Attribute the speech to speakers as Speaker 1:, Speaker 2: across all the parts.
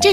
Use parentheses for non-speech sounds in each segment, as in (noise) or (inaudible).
Speaker 1: 这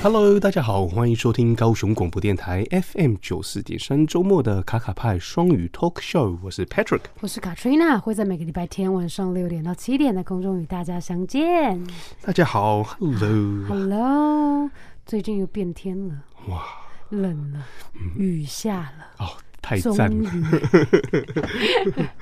Speaker 2: Hello，大家好，欢迎收听高雄广播电台 FM 九四点三周末的卡卡派双语 Talk Show，我是 Patrick。
Speaker 3: 我是 Katrina，会在每个礼拜天晚上六点到七点在空中与大家相见。
Speaker 2: 大家好，Hello，
Speaker 3: Hello，最近又变天了，
Speaker 2: 哇，
Speaker 3: 冷了，雨下了，
Speaker 2: 哦，太
Speaker 3: 终
Speaker 2: 赞
Speaker 3: 于 (laughs)
Speaker 2: 了，，
Speaker 3: 不然
Speaker 2: (laughs)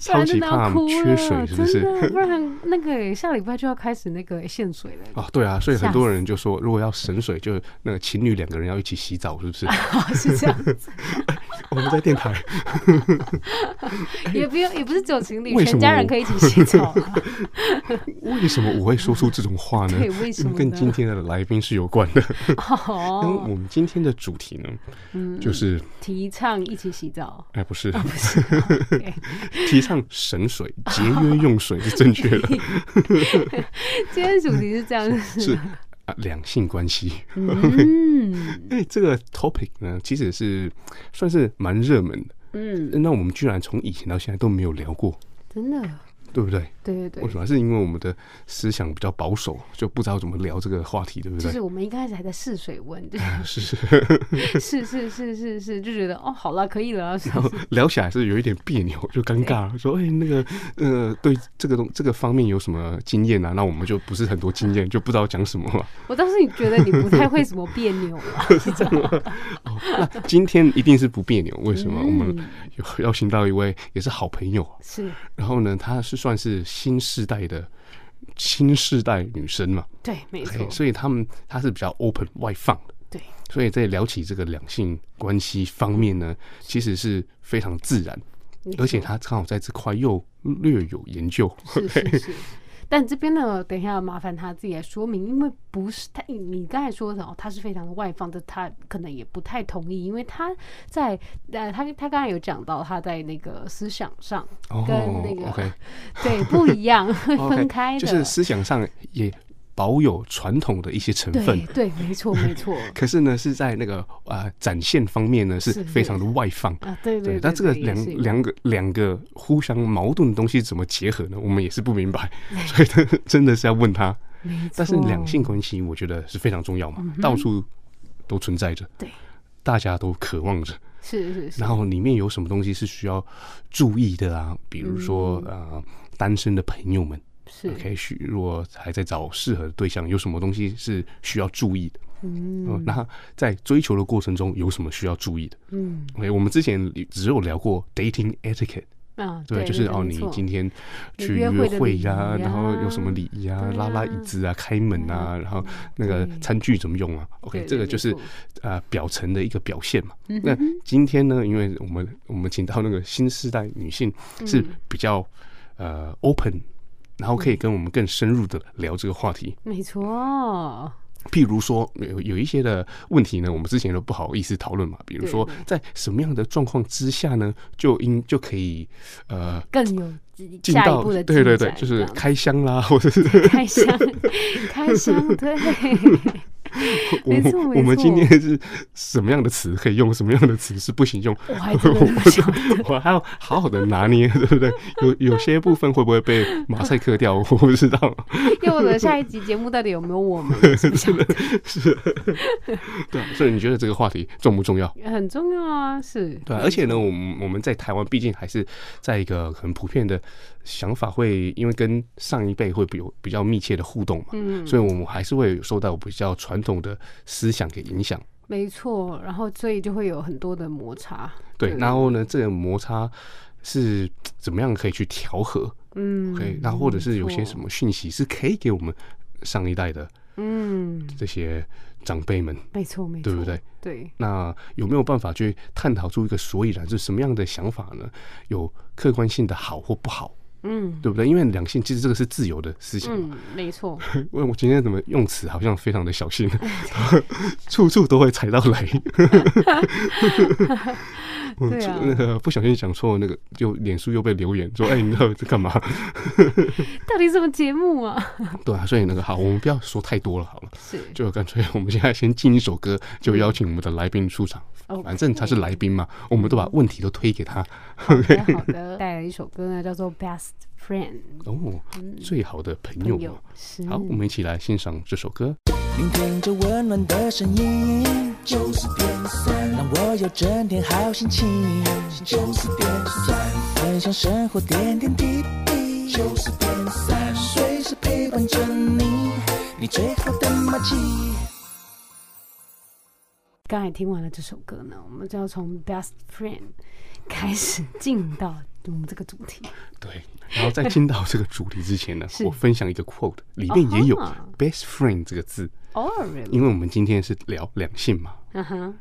Speaker 2: 超级
Speaker 3: 真的
Speaker 2: 怕
Speaker 3: 要哭
Speaker 2: 缺水
Speaker 3: 了，
Speaker 2: 是不是？
Speaker 3: 真的，不然那个下礼拜就要开始那个限水
Speaker 2: (laughs)
Speaker 3: 了。
Speaker 2: 哦，对啊，所以很
Speaker 3: 吓
Speaker 2: 多人就说，如果要省水，就那个情侣两个人要一起洗澡，是不是？
Speaker 3: 是这样 (laughs) 子，
Speaker 2: (laughs) 我们在电台，
Speaker 3: 也不用，也不是只有情侣，
Speaker 2: 为什
Speaker 3: 全
Speaker 2: 么
Speaker 3: 家人可以一起洗澡 (laughs) 啊、
Speaker 2: 为什么我会说出这种话呢？
Speaker 3: 对为什么呢
Speaker 2: 跟今天的来宾是有关的。因为
Speaker 3: 哦，嗯
Speaker 2: 我们今天的主题呢，就是
Speaker 3: 提倡一起洗澡。
Speaker 2: 哎，不是，
Speaker 3: 哦 OK
Speaker 2: (laughs) 提倡省水、节约用水是正
Speaker 3: (laughs)
Speaker 2: 确的，
Speaker 3: 今天主题是这样子，
Speaker 2: 是啊，两性关系。
Speaker 3: 嗯
Speaker 2: 因为这个 topic 呢，其实是算是蛮热门的。
Speaker 3: 嗯，
Speaker 2: 那我们居然从以前到现在都没有聊过，
Speaker 3: 真的，
Speaker 2: 对不对？
Speaker 3: 对对对
Speaker 2: 为，什么？是因为我们的思想比较保守，就不知道怎么聊这个话题，对不
Speaker 3: 就
Speaker 2: 对啊
Speaker 3: 是？我们一开始还在试水温，就是是是是是是，就觉得哦，好了，可以了，是
Speaker 2: 然后聊起来是有一点别扭，就尴尬，说哎、那个呃，对这个东这个方面有什么经验啊？那我们就不是很多经验，就不知道讲什么嘛。
Speaker 3: 我倒是觉得你不太会什么别扭啊，
Speaker 2: 那今天一定是不别扭，为什么？
Speaker 3: 嗯
Speaker 2: 我们有邀请到一位也是好朋友，
Speaker 3: 是
Speaker 2: 然后呢，她是算是新世代的新世代女生嘛，
Speaker 3: 对，没
Speaker 2: 哎
Speaker 3: 错，
Speaker 2: 所以她们她是比较 open 外放的。
Speaker 3: 对，
Speaker 2: 所以在聊起这个两性关系方面呢，其实是非常自然，
Speaker 3: 没
Speaker 2: 而且
Speaker 3: 错
Speaker 2: 她刚好在这块又略有研究。
Speaker 3: 是是是。但这边呢，等一下麻烦他自己来说明，因为不是他，你你刚才说的哦，他是非常的外放的，他可能也不太同意，因为他在呃，他他刚才有讲到他在那个思想上
Speaker 2: 哦
Speaker 3: 跟那个、 (laughs)
Speaker 2: OK 哦
Speaker 3: 对不一样，会
Speaker 2: (laughs) OK，
Speaker 3: 分开的，
Speaker 2: 就是思想上也保有传统的一些成分
Speaker 3: 对。对，没
Speaker 2: (laughs)
Speaker 3: 错没错
Speaker 2: 可是呢，是在那个呃展现方面呢，是
Speaker 3: 是
Speaker 2: 非常的外放。
Speaker 3: 啊，对对对，，
Speaker 2: 对那这个
Speaker 3: 对也
Speaker 2: 两
Speaker 3: 是
Speaker 2: 两个两个互相矛盾的东西怎么结合呢？我们也是不明
Speaker 3: (laughs)
Speaker 2: 白，所以 (laughs) 呢真的是要问他。
Speaker 3: 没错，嗯
Speaker 2: 但是两性关系，我觉得是非常重要嘛，到处都存在着，
Speaker 3: 对，
Speaker 2: 大家都渴望着。
Speaker 3: 是是是
Speaker 2: 然后里面有什么东西是需要注意的啊？比如说
Speaker 3: 嗯
Speaker 2: 呃，单身的朋友们
Speaker 3: 是
Speaker 2: ，OK，需如果还在找适合的对象，有什么东西是需要注意的？
Speaker 3: 嗯
Speaker 2: 嗯，那在追求的过程中有什么需要注意的
Speaker 3: 嗯
Speaker 2: ？OK，我们之前只有聊过 dating etiquette，
Speaker 3: 啊，
Speaker 2: 对，就是哦，你今
Speaker 3: 天
Speaker 2: 天
Speaker 3: 你
Speaker 2: 去
Speaker 3: 约会的
Speaker 2: 会
Speaker 3: 礼仪
Speaker 2: 呀、
Speaker 3: 呀
Speaker 2: 然后有什么礼仪啊，
Speaker 3: 对
Speaker 2: 拉拉
Speaker 3: 啊
Speaker 2: 椅子啊，开门啊，然后那个
Speaker 3: 对
Speaker 2: 餐具怎么用啊？OK，
Speaker 3: 对
Speaker 2: 这个
Speaker 3: 对
Speaker 2: 就
Speaker 3: 没
Speaker 2: 是
Speaker 3: 错
Speaker 2: 呃表层的一个表现嘛。
Speaker 3: 嗯
Speaker 2: 那今天呢，因为我们我们请到那个新时代女性
Speaker 3: 嗯
Speaker 2: 是比较呃 open，然后可以跟我们更深入的聊这个话题。
Speaker 3: 没错，
Speaker 2: 譬如说，有有一些的问题呢，我们之前都不好意思讨论嘛。比如说
Speaker 3: 对，
Speaker 2: 在什么样的状况之下呢，就应就可以呃
Speaker 3: 更有
Speaker 2: 进
Speaker 3: 下
Speaker 2: 到
Speaker 3: 一步的
Speaker 2: 对对
Speaker 3: 进
Speaker 2: 对，
Speaker 3: 展这
Speaker 2: 就是
Speaker 3: 样
Speaker 2: 开箱啦，或者是
Speaker 3: 开
Speaker 2: (laughs)
Speaker 3: 箱开箱，对，(laughs)
Speaker 2: 我
Speaker 3: 没
Speaker 2: 们
Speaker 3: 错没
Speaker 2: 我们今
Speaker 3: 错
Speaker 2: 天是什么样的词可以用，什么样的词是不行用，
Speaker 3: 我
Speaker 2: (laughs)
Speaker 3: 还真的不晓得，
Speaker 2: 我还要好好的拿捏， (laughs) 对不对？有有些部分会不会被马赛克掉，我不知道。
Speaker 3: 又了下一集节目到底有没有我们，我是不晓得
Speaker 2: 是， (laughs) 对啊，所以你觉得这个话题重不重要？
Speaker 3: 很重要啊，是，
Speaker 2: 对啊，而且呢，我们我们在台湾，毕竟还是在一个很普遍的想法会，因为跟上一辈会比比较密切的互动嘛，
Speaker 3: 嗯，
Speaker 2: 所以我们还是会受到比较传统的思想给影响。
Speaker 3: 没错，然后所以就会有很多的摩擦，
Speaker 2: 对，
Speaker 3: 对
Speaker 2: 然后呢，这个摩擦是怎么样可以去调和
Speaker 3: 嗯
Speaker 2: ？OK，那或者是有些
Speaker 3: 没错
Speaker 2: 什么讯息是可以给我们上一代的
Speaker 3: 嗯，
Speaker 2: 这些长辈们，
Speaker 3: 没错没错，
Speaker 2: 对不对？
Speaker 3: 对，
Speaker 2: 那有没有办法去探讨出一个所以然，是什么样的想法呢？有客观性的好或不好，
Speaker 3: 嗯
Speaker 2: 对不对？因为两性其实这个是自由的事情嘛。
Speaker 3: 嗯，没
Speaker 2: (laughs)
Speaker 3: 错，
Speaker 2: 为、我今天怎么用词好像非常的小
Speaker 3: (laughs)
Speaker 2: 心，处处都会踩到雷。我
Speaker 3: 对啊
Speaker 2: (laughs) 那个不小心讲错那个，就脸书又被留言
Speaker 3: (laughs)
Speaker 2: 说：“哎、你到底在干嘛
Speaker 3: 到底什么节目
Speaker 2: (laughs)
Speaker 3: 啊？？”
Speaker 2: 对啊，所以那个好，我们不要说太多了，好了，
Speaker 3: 是
Speaker 2: 就干脆我们现在先进一首歌，就邀请我们的来
Speaker 3: (laughs)
Speaker 2: 宾出场。
Speaker 3: OK
Speaker 2: 反正他是来宾嘛，我们都把问题都推给他。
Speaker 3: 好的好
Speaker 2: (laughs)
Speaker 3: 的，带来一首歌呢，叫做《Best Friend
Speaker 2: 哦，最好的朋》
Speaker 3: 嗯朋
Speaker 2: 友嘛
Speaker 3: 友。。嗯是
Speaker 2: 好，我们一起来欣赏这首歌。
Speaker 4: 聆听着温暖的声音，九四点三，让我有整天好心情。九四点三，分享生活点点滴滴。九四点三，随时陪伴着你，你最好的默契。
Speaker 3: 刚才听完了这首歌呢，我们就要从 Best Friend 开始进到我们这个主题。
Speaker 2: 对，然后在进到这个主题之前呢
Speaker 3: 是，
Speaker 2: 我分享一个 quote，里面也有
Speaker 3: 啊哈
Speaker 2: best friend 这个字，
Speaker 3: 哦、really？
Speaker 2: 因为我们今天是聊两性嘛，
Speaker 3: 嗯哼，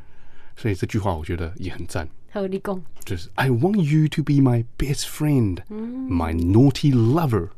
Speaker 2: 所以这句话我觉得也很赞，
Speaker 3: 合理工，
Speaker 2: 就是 I want you to be my best friend,
Speaker 3: 嗯
Speaker 2: my naughty lover,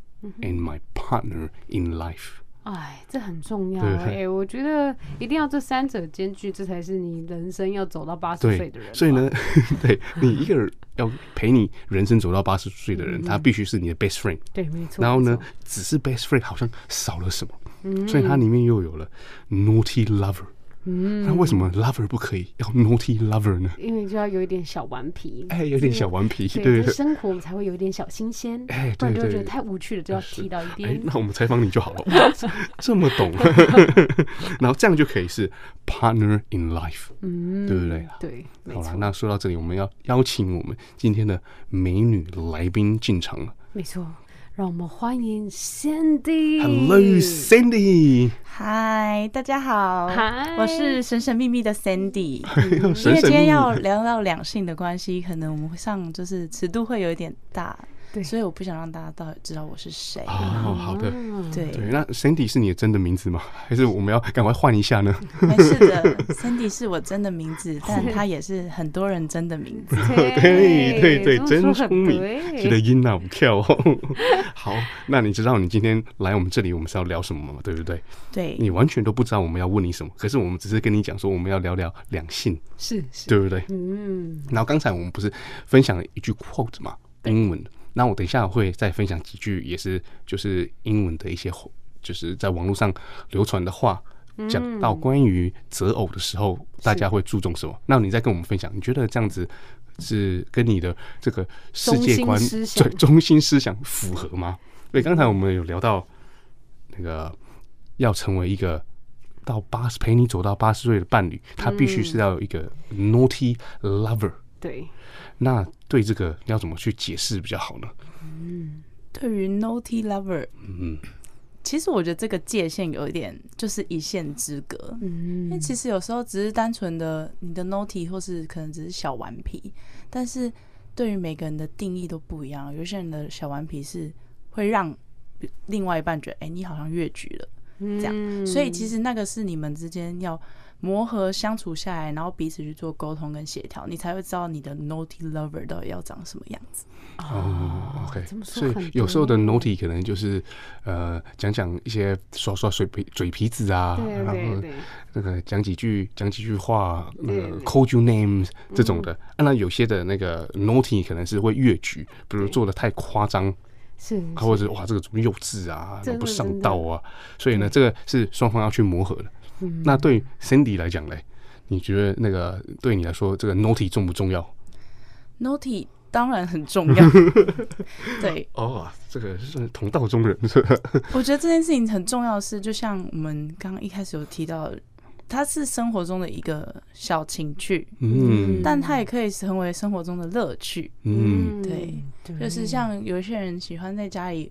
Speaker 2: and my partner in life。
Speaker 3: 哎，这很重要
Speaker 2: 对
Speaker 3: 哎、我觉得一定要这三者兼具，这才是你人生要走到八十岁
Speaker 2: 对
Speaker 3: 的人。，
Speaker 2: 所以，呢， (laughs) 对你一个人要陪你人生走到八十岁
Speaker 3: 嗯
Speaker 2: 的人，他必须是你的 best friend。
Speaker 3: 对，没错。
Speaker 2: 然后呢
Speaker 3: 没错，
Speaker 2: 只是 best friend 好像少了什么，所以它里面又有了 naughty lover。那为什么 lover 不可以，要 naughty lover 呢？
Speaker 3: 因为就要有一点小顽皮，
Speaker 2: 哎，有点小顽皮，
Speaker 3: 对，
Speaker 2: 对
Speaker 3: 在
Speaker 2: 对。
Speaker 3: 生活我们才会有一点小新鲜，
Speaker 2: 哎对
Speaker 3: 不然就会觉得
Speaker 2: 对
Speaker 3: 太无趣了，就要
Speaker 2: 是
Speaker 3: 踢到一
Speaker 2: 哎
Speaker 3: 边，。
Speaker 2: 那我们采访你就好了，哇，这这么懂， (laughs) 然后这样就可以是 partner in life，
Speaker 3: 嗯，
Speaker 2: 对不对？
Speaker 3: 对，没
Speaker 2: 好啦，
Speaker 3: 错，
Speaker 2: 那说到这里，我们要邀请我们今天的美女来宾进场了。
Speaker 3: 没错。让我们欢迎 Sandy。
Speaker 2: Hello Sandy，
Speaker 5: 嗨，大家好，
Speaker 3: 嗨
Speaker 5: 我是神神秘秘的 Sandy。因
Speaker 3: (laughs)
Speaker 2: (laughs) 神神
Speaker 5: 为今天
Speaker 2: 秘
Speaker 5: 要哦
Speaker 2: 秘，
Speaker 5: 聊到两性的关系，可能我们会上就是尺度会有一点大，
Speaker 3: 对
Speaker 5: 所以我不想让大家到底知道我是谁。
Speaker 2: 哦，好的，
Speaker 5: 对，
Speaker 2: 对，那 Sandy 是你的真的名字吗？ (laughs) 还是我们要赶快换一
Speaker 3: (laughs)
Speaker 2: 下呢？
Speaker 5: 没事的，Sandy 是我真的名字，但他也是很多人真的名字。
Speaker 2: 对对对，
Speaker 3: 这
Speaker 2: 真
Speaker 3: 么说
Speaker 2: 聪
Speaker 3: 很
Speaker 2: 明，
Speaker 3: 对
Speaker 2: 记得音呐，不跳哦。 (laughs) 好，那你知道你今天来我们这里，我们是要聊什么吗？对不对？你
Speaker 5: 对，
Speaker 2: 完全都不知道我们要问你什么，可是我们只是跟你讲说我们要聊聊两性，
Speaker 3: 是是，
Speaker 2: 对不对？
Speaker 3: 嗯，
Speaker 2: 然后刚才我们不是分享了一句 quote 嘛，英文的。那我等一下会再分享几句，也是就是英文的一些话，就是在网络上流传的话，讲到关于择偶的时候，大家会注重什么？那你再跟我们分享，你觉得这样子是跟你的这个世界观
Speaker 3: 中心思想
Speaker 2: 对中心思想符合吗？对，刚才我们有聊到那个要成为一个到八十陪你走到八十岁的伴侣，他必
Speaker 3: 嗯
Speaker 2: 须是要有一个 naughty lover。
Speaker 3: 对，
Speaker 2: 那对这个要怎么去解释比较好呢？
Speaker 5: 对于 Naughty Lover，
Speaker 2: 嗯，
Speaker 5: 其实我觉得这个界限有一点就是一线之隔。因为
Speaker 3: 嗯，
Speaker 5: 其实有时候只是单纯的你的 naughty 或是可能只是小顽皮，但是对于每个人的定义都不一样。有些人的小顽皮是会让另外一半觉得，哎、你好像越矩了，这样。
Speaker 3: 嗯
Speaker 5: 所以其实那个是你们之间要磨合相处下来，然后彼此去做沟通跟协调，你才会知道你的 naughty lover 到底要长什么样子。
Speaker 3: 嗯
Speaker 2: 哦，OK，
Speaker 3: 啊这么说
Speaker 2: 所
Speaker 3: 很
Speaker 2: 以有时候的
Speaker 3: 对
Speaker 2: naughty 可能就是呃讲讲一些耍耍嘴皮嘴皮子啊，
Speaker 3: 对
Speaker 2: 然
Speaker 3: 对
Speaker 2: 后
Speaker 3: 对，
Speaker 2: 那个讲几句讲几句话，那
Speaker 3: 对嗯
Speaker 2: 个
Speaker 3: 对
Speaker 2: call you names 这种的。啊那有些的那个 naughty 可能是会越矩，比如做的太夸张，
Speaker 3: 是
Speaker 2: 啊或者哇这个怎么幼稚啊，
Speaker 3: 真的
Speaker 2: 不上
Speaker 3: 真的嗯
Speaker 2: 道啊。所以呢，这个是双方要去磨合的。那对 Cindy 来讲嘞，你觉得那个对你来说这个 naughty 重不重要？
Speaker 5: naughty 当然很重
Speaker 2: (laughs)
Speaker 5: 要，对，
Speaker 2: 哦，这个是同道中人，是吧？
Speaker 5: 我觉得这件事情很重要的是，就像我们刚刚一开始有提到的，它是生活中的一个小情趣，
Speaker 2: 嗯
Speaker 5: 但它也可以成为生活中的乐趣。
Speaker 2: 嗯，
Speaker 5: 对，就是像有一些人喜欢在家里，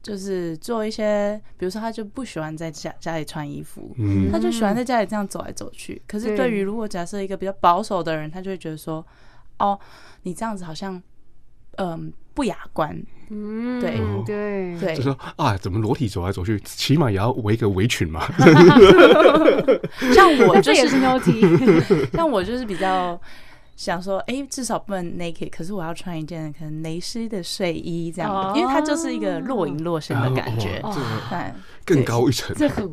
Speaker 5: 就是做一些，比如说他就不喜欢在家家里穿衣服。
Speaker 2: 嗯
Speaker 5: 他就喜欢在家里这样走来走去，可是
Speaker 3: 对
Speaker 5: 对于如果假设一个比较保守的人，他就会觉得说，哦，你这样子好像，嗯，不雅观，
Speaker 3: 嗯，
Speaker 5: 对
Speaker 3: 对
Speaker 5: 对
Speaker 2: 就，说啊，怎么裸体走来走去，起码也要围个围裙嘛。
Speaker 5: 像我
Speaker 3: 这
Speaker 5: 就
Speaker 3: 也
Speaker 5: 是
Speaker 3: (laughs)
Speaker 2: 哦 (laughs)
Speaker 3: 是 naughty，
Speaker 5: 但我就是比较想说，哎、至少不能 naked，可是我要穿一件可能蕾丝的睡衣这样，因为它就是一
Speaker 3: 哦
Speaker 5: 个若隐若现的感觉。
Speaker 2: 哦这个
Speaker 5: 但
Speaker 2: 更高一层，
Speaker 3: 这很
Speaker 2: 对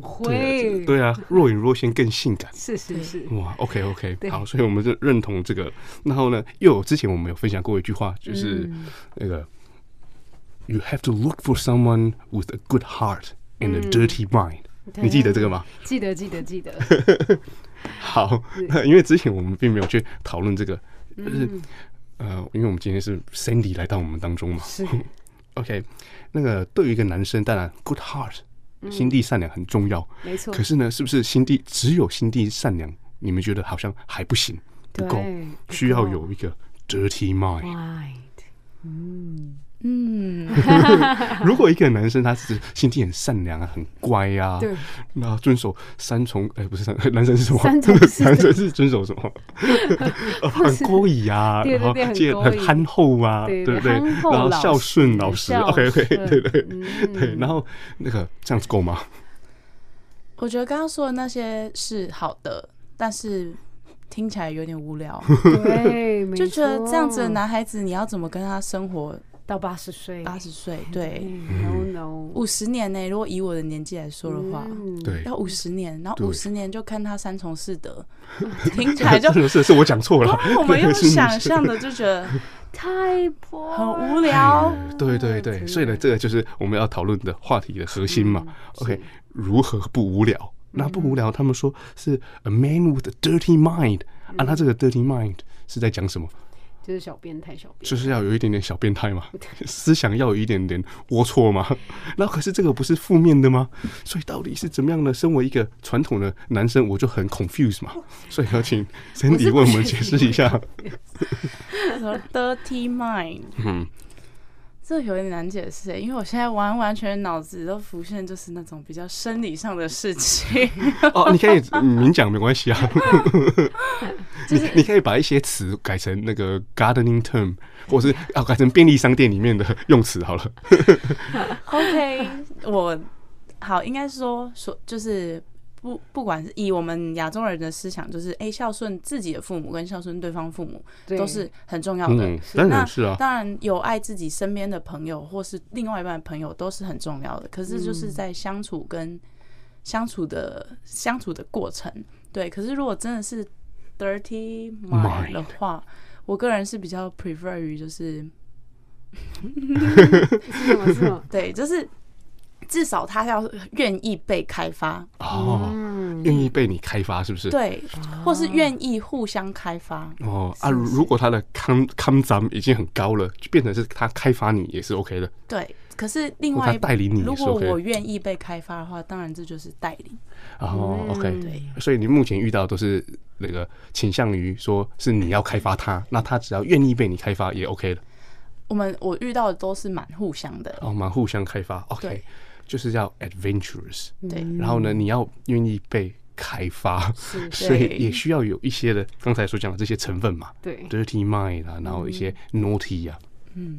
Speaker 3: 会，
Speaker 2: 对啊，若隐若现更性感。
Speaker 3: 是是是，
Speaker 2: 哇，OK OK，好，所以我们就认同这个。然后呢，又有之前我们有分享过一句话，就是
Speaker 3: 嗯
Speaker 2: 那个、y o u have to look for someone with a good heart and a dirty mind”，、
Speaker 3: 嗯对啊
Speaker 2: 你记得这个吗？
Speaker 3: 记得记得记
Speaker 2: (laughs)
Speaker 3: 得，
Speaker 2: 好，那因为之前我们并没有去讨论这个，
Speaker 3: 嗯
Speaker 2: 就是、呃，因为我们今天是 Sandy 来到我们当中嘛，
Speaker 3: 是
Speaker 2: OK，那个对于一个男生，当然 good heart，心
Speaker 3: 嗯
Speaker 2: 地善良很重要。
Speaker 3: 没错
Speaker 2: 可是呢，是不是心地只有心地善良？你们觉得好像还不行，不够，
Speaker 3: 对不
Speaker 2: 需要
Speaker 3: 够
Speaker 2: 有一个 dirty
Speaker 3: (laughs)
Speaker 2: mind。
Speaker 3: right，
Speaker 5: 嗯，
Speaker 2: 如果一个男生他是心地很善良啊，很乖啊，
Speaker 3: 对，
Speaker 2: 那遵守三重，哎、不是三， (laughs) 男生是什么？
Speaker 3: 三从四德
Speaker 2: (laughs) 男生是遵守
Speaker 3: (laughs)
Speaker 2: 什么？呃很勾引啊，
Speaker 3: 对对
Speaker 2: 然后
Speaker 3: 对很
Speaker 2: 这
Speaker 3: 勾
Speaker 2: 很
Speaker 3: 引
Speaker 2: 憨厚啊，
Speaker 3: 对
Speaker 2: 不对？
Speaker 3: 憨厚
Speaker 2: 然后
Speaker 3: 老
Speaker 2: 孝顺
Speaker 3: 实
Speaker 2: 老实
Speaker 3: 孝
Speaker 2: ，OK OK，
Speaker 3: 顺嗯
Speaker 2: 对对对，然后那个这样子够吗？
Speaker 5: 我觉得刚刚说的那些是好的，但是听起来有点
Speaker 3: (laughs)
Speaker 5: 无聊， (laughs)
Speaker 3: 对，没
Speaker 5: 就觉得这样子的
Speaker 3: 错
Speaker 5: 男孩子，你要怎么跟他生活
Speaker 3: 到八十岁，
Speaker 5: 八十岁？对，
Speaker 3: 嗯，no no，
Speaker 5: 五十年呢、如果以我的年纪来说的话，
Speaker 3: 嗯
Speaker 2: 对，
Speaker 5: 要五十年，然
Speaker 2: 对
Speaker 5: 后五十年就看他三从四德，
Speaker 3: (laughs)
Speaker 5: 听起来
Speaker 2: (laughs)
Speaker 5: 就
Speaker 2: 是是是我讲错了，
Speaker 5: 我们用
Speaker 2: 是女生
Speaker 5: 想象的就觉得
Speaker 3: 太薄，
Speaker 5: 很
Speaker 2: (laughs)
Speaker 5: 无聊。
Speaker 2: 对对对，
Speaker 3: 嗯
Speaker 2: 所以呢，这个就是我们要讨论的话题的核心嘛。OK，如何不无聊？
Speaker 3: 嗯
Speaker 2: 那不无聊，他们说是 a man with a dirty mind 啊，那这个 dirty mind 是在讲什么？
Speaker 3: 就是小变态，小变态，
Speaker 2: 就是要有一点点小变态嘛， (laughs) 思想要有一点点龌龊嘛。 (laughs) 那可是这个不是负面的吗？所以到底是怎么样呢？身为一个传统的男生，我就很 confused 嘛。所以要请 Cindy 为我们解释一下。
Speaker 5: 说 dirty mind，
Speaker 2: 嗯，
Speaker 5: 这有点难解释欸，因为我现在完完全全脑子都浮现就是那种比较生理上的
Speaker 2: (laughs)
Speaker 5: 事情，
Speaker 2: 哦，你可以嗯明讲没关系啊，你你可以把一些词改成那个 gardening term，或是啊改成便利商店里面的用词好了。
Speaker 5: OK，我好，应该说说就是不不管是以我们亚洲人的思想，就是哎、孝顺自己的父母跟孝顺对方父母
Speaker 3: 对
Speaker 5: 都是很重要的。
Speaker 2: 嗯，当
Speaker 5: 那
Speaker 2: 然是啊，
Speaker 5: 当然有爱自己身边的朋友或是另外一半的朋友都是很重要的，可是就是在相处跟相处的相处的过程，对。可是如果真的是 dirty mind
Speaker 2: Mind
Speaker 5: 的话，我个人是比较 prefer 于就是
Speaker 3: 是吗？是
Speaker 5: (laughs)
Speaker 3: 吗？
Speaker 5: 对，就是至少他要愿意被开发，
Speaker 2: 哦，
Speaker 3: 嗯
Speaker 5: 嗯
Speaker 2: 愿意被你开发是不是？
Speaker 5: 对，或是愿意互相开发。
Speaker 2: 哦啊，如如果他的康康咱已经很高了，就变成是他开发你也是 OK 的。
Speaker 5: 对，可是另
Speaker 2: 或
Speaker 5: 外
Speaker 2: 他带领你也是
Speaker 5: 如果
Speaker 2: OK 的
Speaker 5: 我愿意被开发的话，当然这就是带领。
Speaker 2: 哦，OK，所以你目前遇到都是那个倾向于说是你要开发他，那他只要愿意被你开发也 OK 的。
Speaker 5: 我们我遇到的都是蛮互相的，
Speaker 2: 哦，蛮互相开发，OK，
Speaker 5: 对
Speaker 2: 就是要 adventurous，
Speaker 5: 对，
Speaker 2: 然后呢，你要愿意被开发， (laughs) 所以也需要有一些的刚才所讲的这些成分嘛
Speaker 3: 对
Speaker 2: ，dirty mind 啊，然后一些 naughty 啊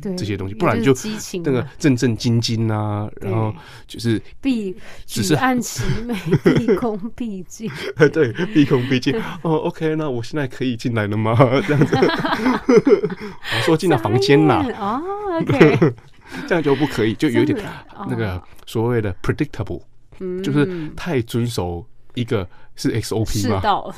Speaker 3: 对，
Speaker 2: 这些东西，
Speaker 3: 也
Speaker 2: 不然
Speaker 3: 是
Speaker 2: 就
Speaker 3: 激情
Speaker 2: 那个
Speaker 3: 嘛
Speaker 2: 正正经经啊，然后就是
Speaker 3: 必举
Speaker 2: 只是
Speaker 3: 案齐
Speaker 2: (laughs)
Speaker 3: 眉，毕恭毕敬，
Speaker 2: 对毕恭
Speaker 3: (laughs)
Speaker 2: 毕敬。哦，OK，那我现在可以进来了吗？ (laughs) 这样子，我说 (laughs) 进了房间啦，
Speaker 3: 啊，OK，
Speaker 2: (laughs) 这样就不可以，就有一点
Speaker 3: 真的哦嗯
Speaker 2: 那个所谓的 predictable，、就是太遵守一个是 SOP
Speaker 3: 世
Speaker 2: 嘛，
Speaker 3: 道，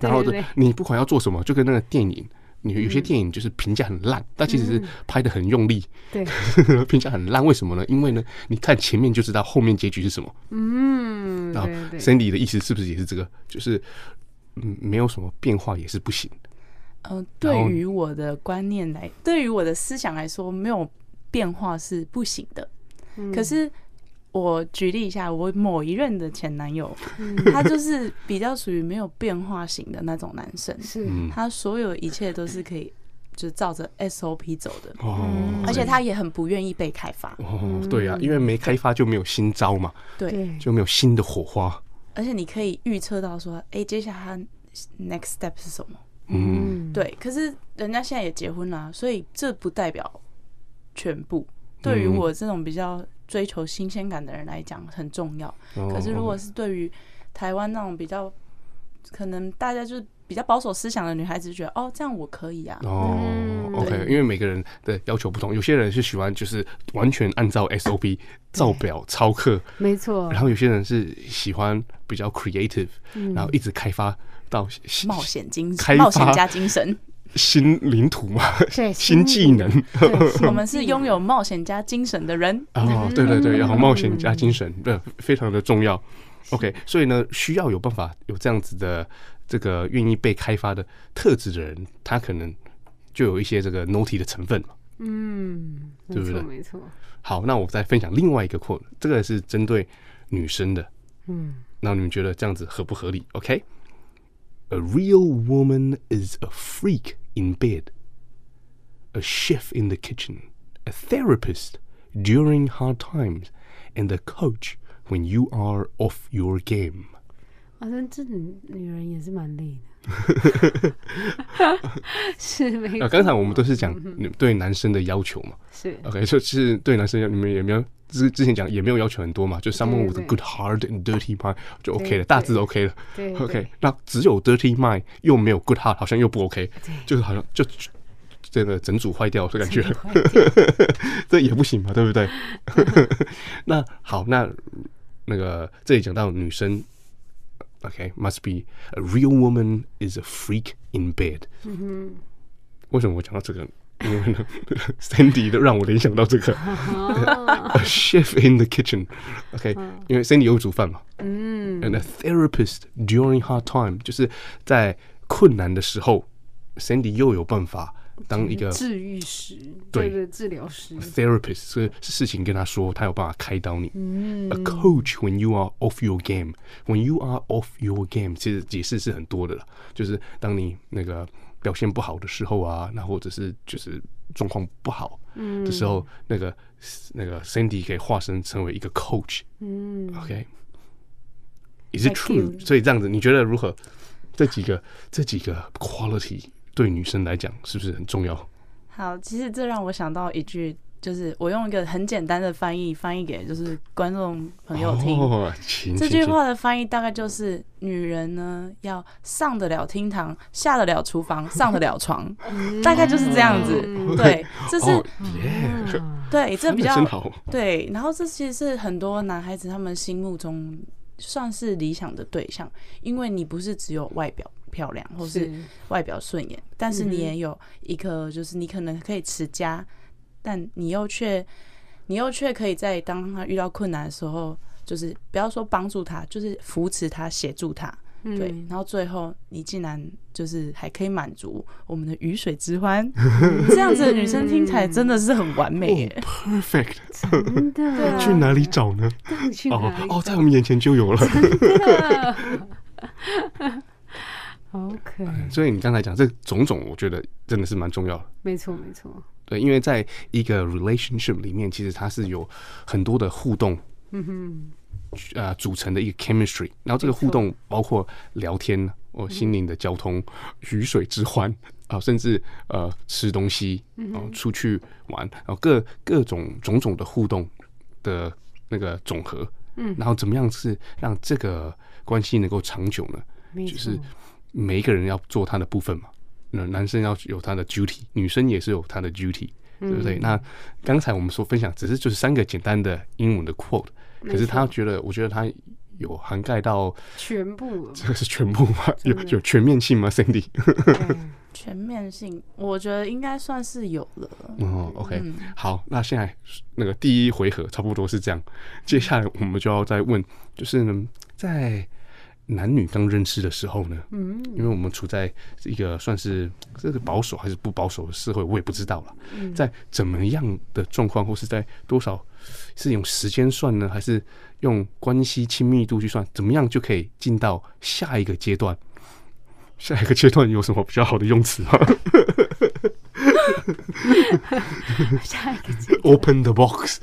Speaker 2: 然后
Speaker 3: 对嗯对对
Speaker 2: 你不管要做什么，就跟那个电影。你有些电影就是评价很烂，但其实是拍的很用力，
Speaker 3: 嗯对，
Speaker 2: (laughs) 评价很烂。为什么呢？因为呢，你看前面就知道后面结局是什么。
Speaker 3: 嗯，
Speaker 2: 然后
Speaker 3: 对对，
Speaker 2: Sandy 的意思是不是也是这个？就是嗯，没有什么变化也是不行。
Speaker 5: 嗯，
Speaker 2: 然
Speaker 5: 对
Speaker 2: 后
Speaker 5: 于我的观念来，对于我的思想来说，没有变化是不行的。可是我举例一下，我某一任的前男友，他就是比较属于没有变化型的那种男生，
Speaker 3: 是
Speaker 2: 嗯
Speaker 5: 他所有一切都是可以就照着 SOP 走的，
Speaker 2: 哦，
Speaker 5: 而且他也很不愿意被开发。
Speaker 2: 哦，对啊，因为没开发就没有新招嘛，
Speaker 5: 对，
Speaker 3: 对
Speaker 2: 就没有新的火花。
Speaker 5: 而且你可以预测到说，哎，接下来他 next step 是什么？
Speaker 2: 嗯，
Speaker 5: 对，可是人家现在也结婚啦，所以这不代表全部。对于
Speaker 2: 嗯
Speaker 5: 我这种比较追求新鲜感的人来讲很
Speaker 2: 哦
Speaker 5: 重要，可是如果是对于台湾那种比较，可能大家就是比较保守思想的女孩子就觉得，哦，这样我可以啊。
Speaker 2: 哦
Speaker 3: 嗯
Speaker 2: ，OK，因为每个人的要求不同，有些人是喜欢就是完全按照 SOP 照表操课，
Speaker 3: 没错
Speaker 2: 然，后有些人是喜欢比较 creative，然后一直开发到新
Speaker 5: 冒险精
Speaker 2: 开
Speaker 5: 神，冒险
Speaker 2: 发
Speaker 5: 家
Speaker 2: (laughs)
Speaker 5: 精神。
Speaker 2: 新领土嘛， (laughs)
Speaker 3: 对，
Speaker 2: 新技能
Speaker 3: 对
Speaker 2: (laughs)
Speaker 5: 我们是拥有冒险家精神的人。
Speaker 2: 哦，对对对，然后冒险加精神，对，非常的重要。OK，所以呢，需要有办法有这样子的这个愿意被开发的特质的人，他可能就有一些这个 naughty 的成分嘛。
Speaker 3: 嗯，没
Speaker 2: 对不
Speaker 3: 错
Speaker 2: 对
Speaker 3: 没错，啊
Speaker 2: 好，那我再分享另外一个 quote，这个是针对女生的。
Speaker 3: 嗯
Speaker 2: 那你们觉得这样子合不合理？OK，A、real woman is a freak in bed, a chef in the kitchen, a therapist during hard times, and a coach when you are off your game。
Speaker 3: 啊，但这女女人也是蛮累的，
Speaker 2: (laughs)
Speaker 3: 是没
Speaker 2: 那
Speaker 3: 错，
Speaker 2: 啊刚才我们都是讲
Speaker 3: 嗯
Speaker 2: 你对男生的要求嘛
Speaker 3: 是
Speaker 2: ，OK，就是对男生要你们也没有之之前讲也没有要求很多嘛，就 someone with a
Speaker 3: 对
Speaker 2: good heart and dirty mind 就 OK
Speaker 3: 对
Speaker 2: 了，大致 OK 了。
Speaker 3: 对
Speaker 2: OK，
Speaker 3: 对
Speaker 2: 那只有 dirty mind 又没有 good heart，好像又不 OK，
Speaker 3: 对
Speaker 2: 就是好像就就这个整组坏掉的感觉
Speaker 3: 整组坏，
Speaker 2: (laughs) 这也不行嘛，对不 (laughs) 对？那好，那那个这里讲到女生，OK，must、be a real woman is a freak in bed。嗯哼，为什么我讲到这个？因为呢，Sandy 都让我联想到这个
Speaker 3: 哦
Speaker 2: (laughs) ，a chef in the kitchen，OK，、因
Speaker 3: 嗯
Speaker 2: 为 Sandy 有煮饭嘛，and a therapist during hard time，就是在困难的时候，Sandy 又有办法当一个
Speaker 3: 治愈师，
Speaker 2: 呃对呃
Speaker 3: 对，治疗师，
Speaker 2: therapist，是是事情跟他说，他有办法开导你。a
Speaker 3: 嗯
Speaker 2: coach when you are off your game，when you are off your game，其实解释是很多的啦，就是当你那个表现不好的时候啊，那或者是就是状况不好的时候，那个那个 Sandy 可以化身成为一个 coach。
Speaker 3: 嗯，
Speaker 2: OK，也是
Speaker 3: Like
Speaker 2: true。
Speaker 3: you
Speaker 2: 所以这样子，你觉得如何？这几个这几个 quality 对女生来讲是不是很重要？
Speaker 5: 好，其实这让我想到一句，就是我用一个很简单的翻译翻译给就是观众朋友听。
Speaker 2: 哦，请
Speaker 5: 这句话的翻译大概就是：女人呢，要上得了厅堂，下得了厨房，上得了床，大概就是这样子。对，这
Speaker 2: 请
Speaker 5: 是、
Speaker 2: 哦耶，
Speaker 3: 啊
Speaker 5: 对，这比较
Speaker 2: 真好。
Speaker 5: 对，然后这其实是很多男孩子他们心目中算是理想的对象，因为你不是只有外表漂亮或是
Speaker 3: 是
Speaker 5: 外表顺眼，但是你也有一颗就是你可能可以持家，但你又却你又却可以在当他遇到困难的时候，就是不要说帮助他，就是扶持他、协助他。对，
Speaker 3: 嗯
Speaker 5: 然后最后你竟然就是还可以满足我们的鱼水之欢，这样子的女生听起来真的是很完美耶。
Speaker 2: Perfect，
Speaker 3: 真的，啊
Speaker 2: 去哪里找呢？
Speaker 3: 去
Speaker 2: 哦
Speaker 3: 哪里
Speaker 2: 哦，在我们眼前就有了。哦
Speaker 3: ？OK，
Speaker 2: (laughs) 所以你刚才讲这种种，我觉得真的是蛮重要的。
Speaker 3: 没错没错，
Speaker 2: 对，因为在一个 relationship 里面，其实它是有很多的互动，嗯哼，呃，组成的一个 chemistry。然后这个互动包括聊天、哦，心灵的交通、鱼水之欢啊、甚至呃吃东西，然后出去玩，然后各各种种种的互动的那个总和。嗯，然后怎么样是让这个关系能够长久呢？
Speaker 3: 没
Speaker 2: 就
Speaker 3: 错
Speaker 2: 是，每一个人要做他的部分嘛。那男生要有他的 duty，女生也是有他的 duty，、对
Speaker 3: 嗯
Speaker 2: 不对？那刚才我们所分享只是就是三个简单的英文的 quote，可是他觉得，我觉得他有涵盖 (laughs) 到
Speaker 3: 全部了
Speaker 2: 这个是全部吗？有有全面性吗？Cindy？
Speaker 3: 哎
Speaker 5: 全面性，我觉得应该算是有了。
Speaker 2: 哦，OK，、好，那现在那个第一回合差不多是这样，接下来我们就要再问，就是呢，在男女刚认识的时候呢，嗯，因为我们处在一个算是这个保守还是不保守的社会，我也不知道了，
Speaker 5: 嗯
Speaker 2: 在怎么样的状况，或是在多少是用时间算呢，还是用关系亲密度去算，怎么样就可以进到下一个阶段？下一个阶段有什么比较好的用词吗
Speaker 3: 下一个阶段
Speaker 2: (laughs) ？Open the box。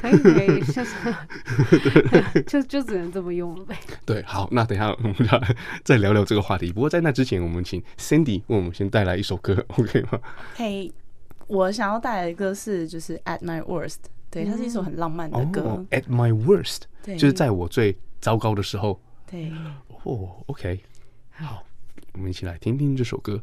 Speaker 3: 可以可以，就是就就只能这么用了呗。
Speaker 2: 对，好，那等一下我们 (laughs) 要再聊聊这个话题。不过在那之前，我们请 Cindy 为我们先带来一首歌，OK 吗？
Speaker 5: 嘿、我想要带来的歌是就是 At My Worst，对，它是一首很浪漫的歌。
Speaker 2: a t 哦 My Worst，
Speaker 5: 对
Speaker 2: 就是在我最糟糕的时候。
Speaker 5: 对，
Speaker 2: 哦，OK，好，我们一起来听听这首歌。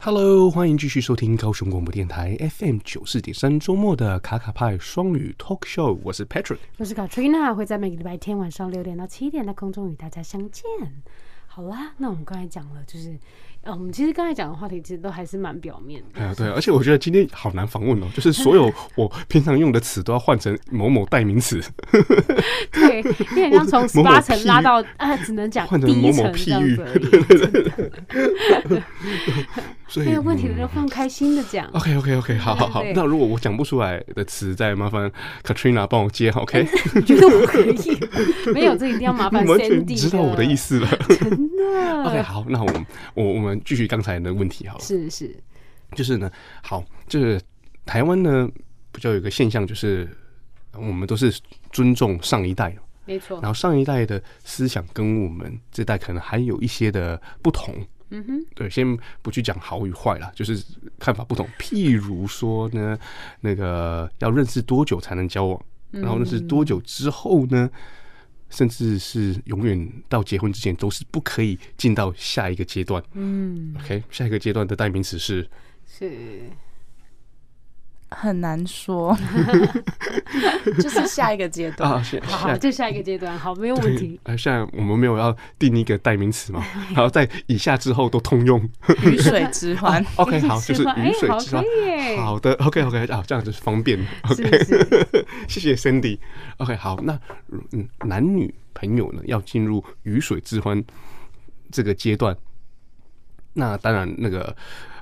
Speaker 2: Hello，欢迎继续收听高雄广播电台 FM 九四点三周末的卡卡派双语 Talk Show，我是 Patrick。
Speaker 3: 我是 Katrina，会在每个礼拜天晚上六点到七点在空中与大家相见。好啦，那我们刚才讲了，就是，呃，我们其实刚才讲的话题其实都还是蛮表面的。 (laughs)
Speaker 2: 哎呀，对，而且我觉得今天好难访问哦，就是所有我平常用的词都要换成某某代名词，
Speaker 3: 对，因为刚从十
Speaker 2: 某某
Speaker 3: 八层
Speaker 2: 譬
Speaker 3: 拉
Speaker 2: 喻
Speaker 3: 到啊，只能讲
Speaker 2: 换
Speaker 3: 第
Speaker 2: 成
Speaker 3: 一
Speaker 2: 某某
Speaker 3: 层这样
Speaker 2: 譬喻
Speaker 3: 子而已。
Speaker 2: (laughs) 所以
Speaker 3: 没有问题
Speaker 2: 嗯
Speaker 3: 的，就放开心的讲。
Speaker 2: OK OK OK，好好好
Speaker 3: 哎对。对
Speaker 2: 那如果我讲不出来的词，再麻烦 Katrina 帮我接好，OK？
Speaker 3: 你觉得我可以？ (laughs) 没有，这一定要 (laughs) 麻烦
Speaker 2: (laughs) 你完全
Speaker 3: Sandy
Speaker 2: 知道我的意。思了。
Speaker 3: 真
Speaker 2: (laughs) OK，
Speaker 3: 的，
Speaker 2: 好，那我们我我们继续刚才的问题好了，
Speaker 3: 是是，
Speaker 2: 就是呢，好，就是台湾呢比较有一个现象，就是我们都是尊重上一代，
Speaker 3: 没错
Speaker 2: 然。后上一代的思想跟我们这代可能还有一些的不同。
Speaker 3: 嗯哼，
Speaker 2: 对，先不去讲好与坏啦，就是看法不同。譬如说呢，那个要认识多久才能交往，
Speaker 3: 嗯
Speaker 2: 然后认识多久之后呢，甚至是永远到结婚之前都是不可以进到下一个阶段。
Speaker 3: 嗯，
Speaker 2: OK，下一个阶段的代名词是
Speaker 3: 是
Speaker 5: 很难说，就是下一个阶
Speaker 2: (laughs)
Speaker 5: 段。
Speaker 2: 啊，下
Speaker 3: 好，
Speaker 2: 下。
Speaker 3: 这下一个阶段，好，没有问题。
Speaker 2: 呃，现在我们没有要定一个代名词嘛，然后在以下之后都通
Speaker 3: (laughs)
Speaker 2: 用。
Speaker 5: 雨水之欢，
Speaker 2: OK，
Speaker 3: 一起
Speaker 2: 好，就是
Speaker 3: 吃饭
Speaker 2: 雨水
Speaker 3: 哎，好
Speaker 2: 之欢
Speaker 3: 可。以耶，
Speaker 2: 好的，OK，OK，、啊，这样就是方便。OK，
Speaker 3: 是是
Speaker 2: 谢谢 Cindy。OK，好，那嗯，男女朋友呢要进入鱼水之欢这个阶段，那当然那个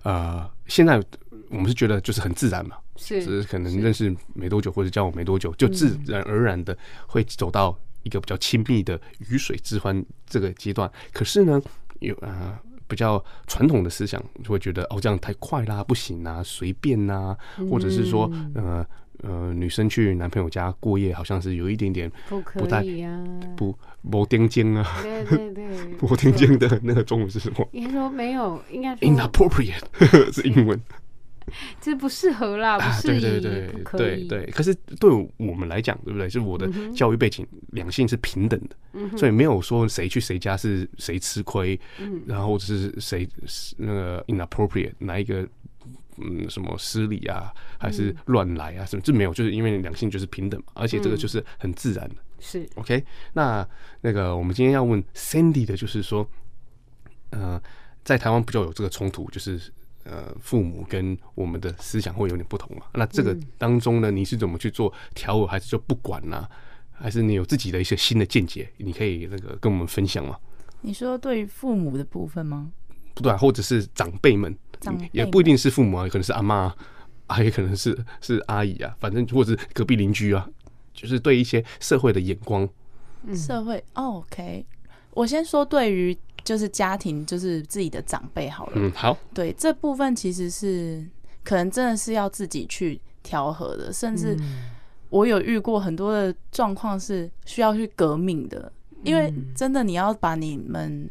Speaker 2: 呃，现在我们是觉得就是很自然嘛，
Speaker 3: 是
Speaker 2: 只是可能认识没多久或者交往没多久，就自然而然的会走到一个比较亲密的鱼水之欢这个阶段。可是呢，有啊、呃、比较传统的思想就会觉得哦，这样太快啦，不行啊，随便呐、
Speaker 3: 嗯
Speaker 2: 或者是说呃呃，女生去男朋友家过夜，好像是有一点点
Speaker 3: 不
Speaker 2: 不太
Speaker 3: 可以啊，
Speaker 2: 不不丁尖啊，
Speaker 3: 对对
Speaker 2: (laughs)
Speaker 3: 对，
Speaker 2: 不丁尖的那个中文是什么
Speaker 3: 应该说没有，应该说
Speaker 2: ？inappropriate (laughs) 呵呵是英文。
Speaker 3: 这不适合啦，不
Speaker 2: 啊，
Speaker 3: 适
Speaker 2: 对
Speaker 3: 宜，
Speaker 2: 对对
Speaker 3: 不可
Speaker 2: 对
Speaker 3: 以，嗯
Speaker 2: 对。可是对我们来讲，对不对？是我的教育背景，两性是平等的，所以没有说谁去谁家是谁吃亏，
Speaker 3: 嗯
Speaker 2: 然后是谁是那个 inappropriate 哪一个。嗯，什么失礼啊，还是
Speaker 3: 嗯
Speaker 2: 乱来啊，什么这没有，就是因为两性就是平等嘛，而且
Speaker 3: 嗯
Speaker 2: 这个就是很自然的。
Speaker 3: 是
Speaker 2: OK，那那个我们今天要问 Sandy 的就是说，呃，在台湾比较有这个冲突，就是呃，父母跟我们的思想会有点不同嘛。那这
Speaker 5: 嗯
Speaker 2: 个当中呢，你是怎么去做调和，还是就不管呢、还是你有自己的一些新的见解，你可以那个跟我们分享吗？
Speaker 5: 你说对于父母的部分吗？
Speaker 2: 不对啊、或者是长辈们，
Speaker 5: 长辈
Speaker 2: 也不一定是父母啊，也可能是阿妈啊啊，也可能是是阿姨啊，反正或者是隔壁邻居啊，就是对一些社会的眼光，
Speaker 5: 社会、哦 OK，我先说对于就是家庭，就是自己的长辈好了。
Speaker 2: 嗯，好，
Speaker 5: 对这部分其实是可能真的是要自己去调和的，甚至我有遇过很多的状况是需要去革命的，因为真的你要把你们，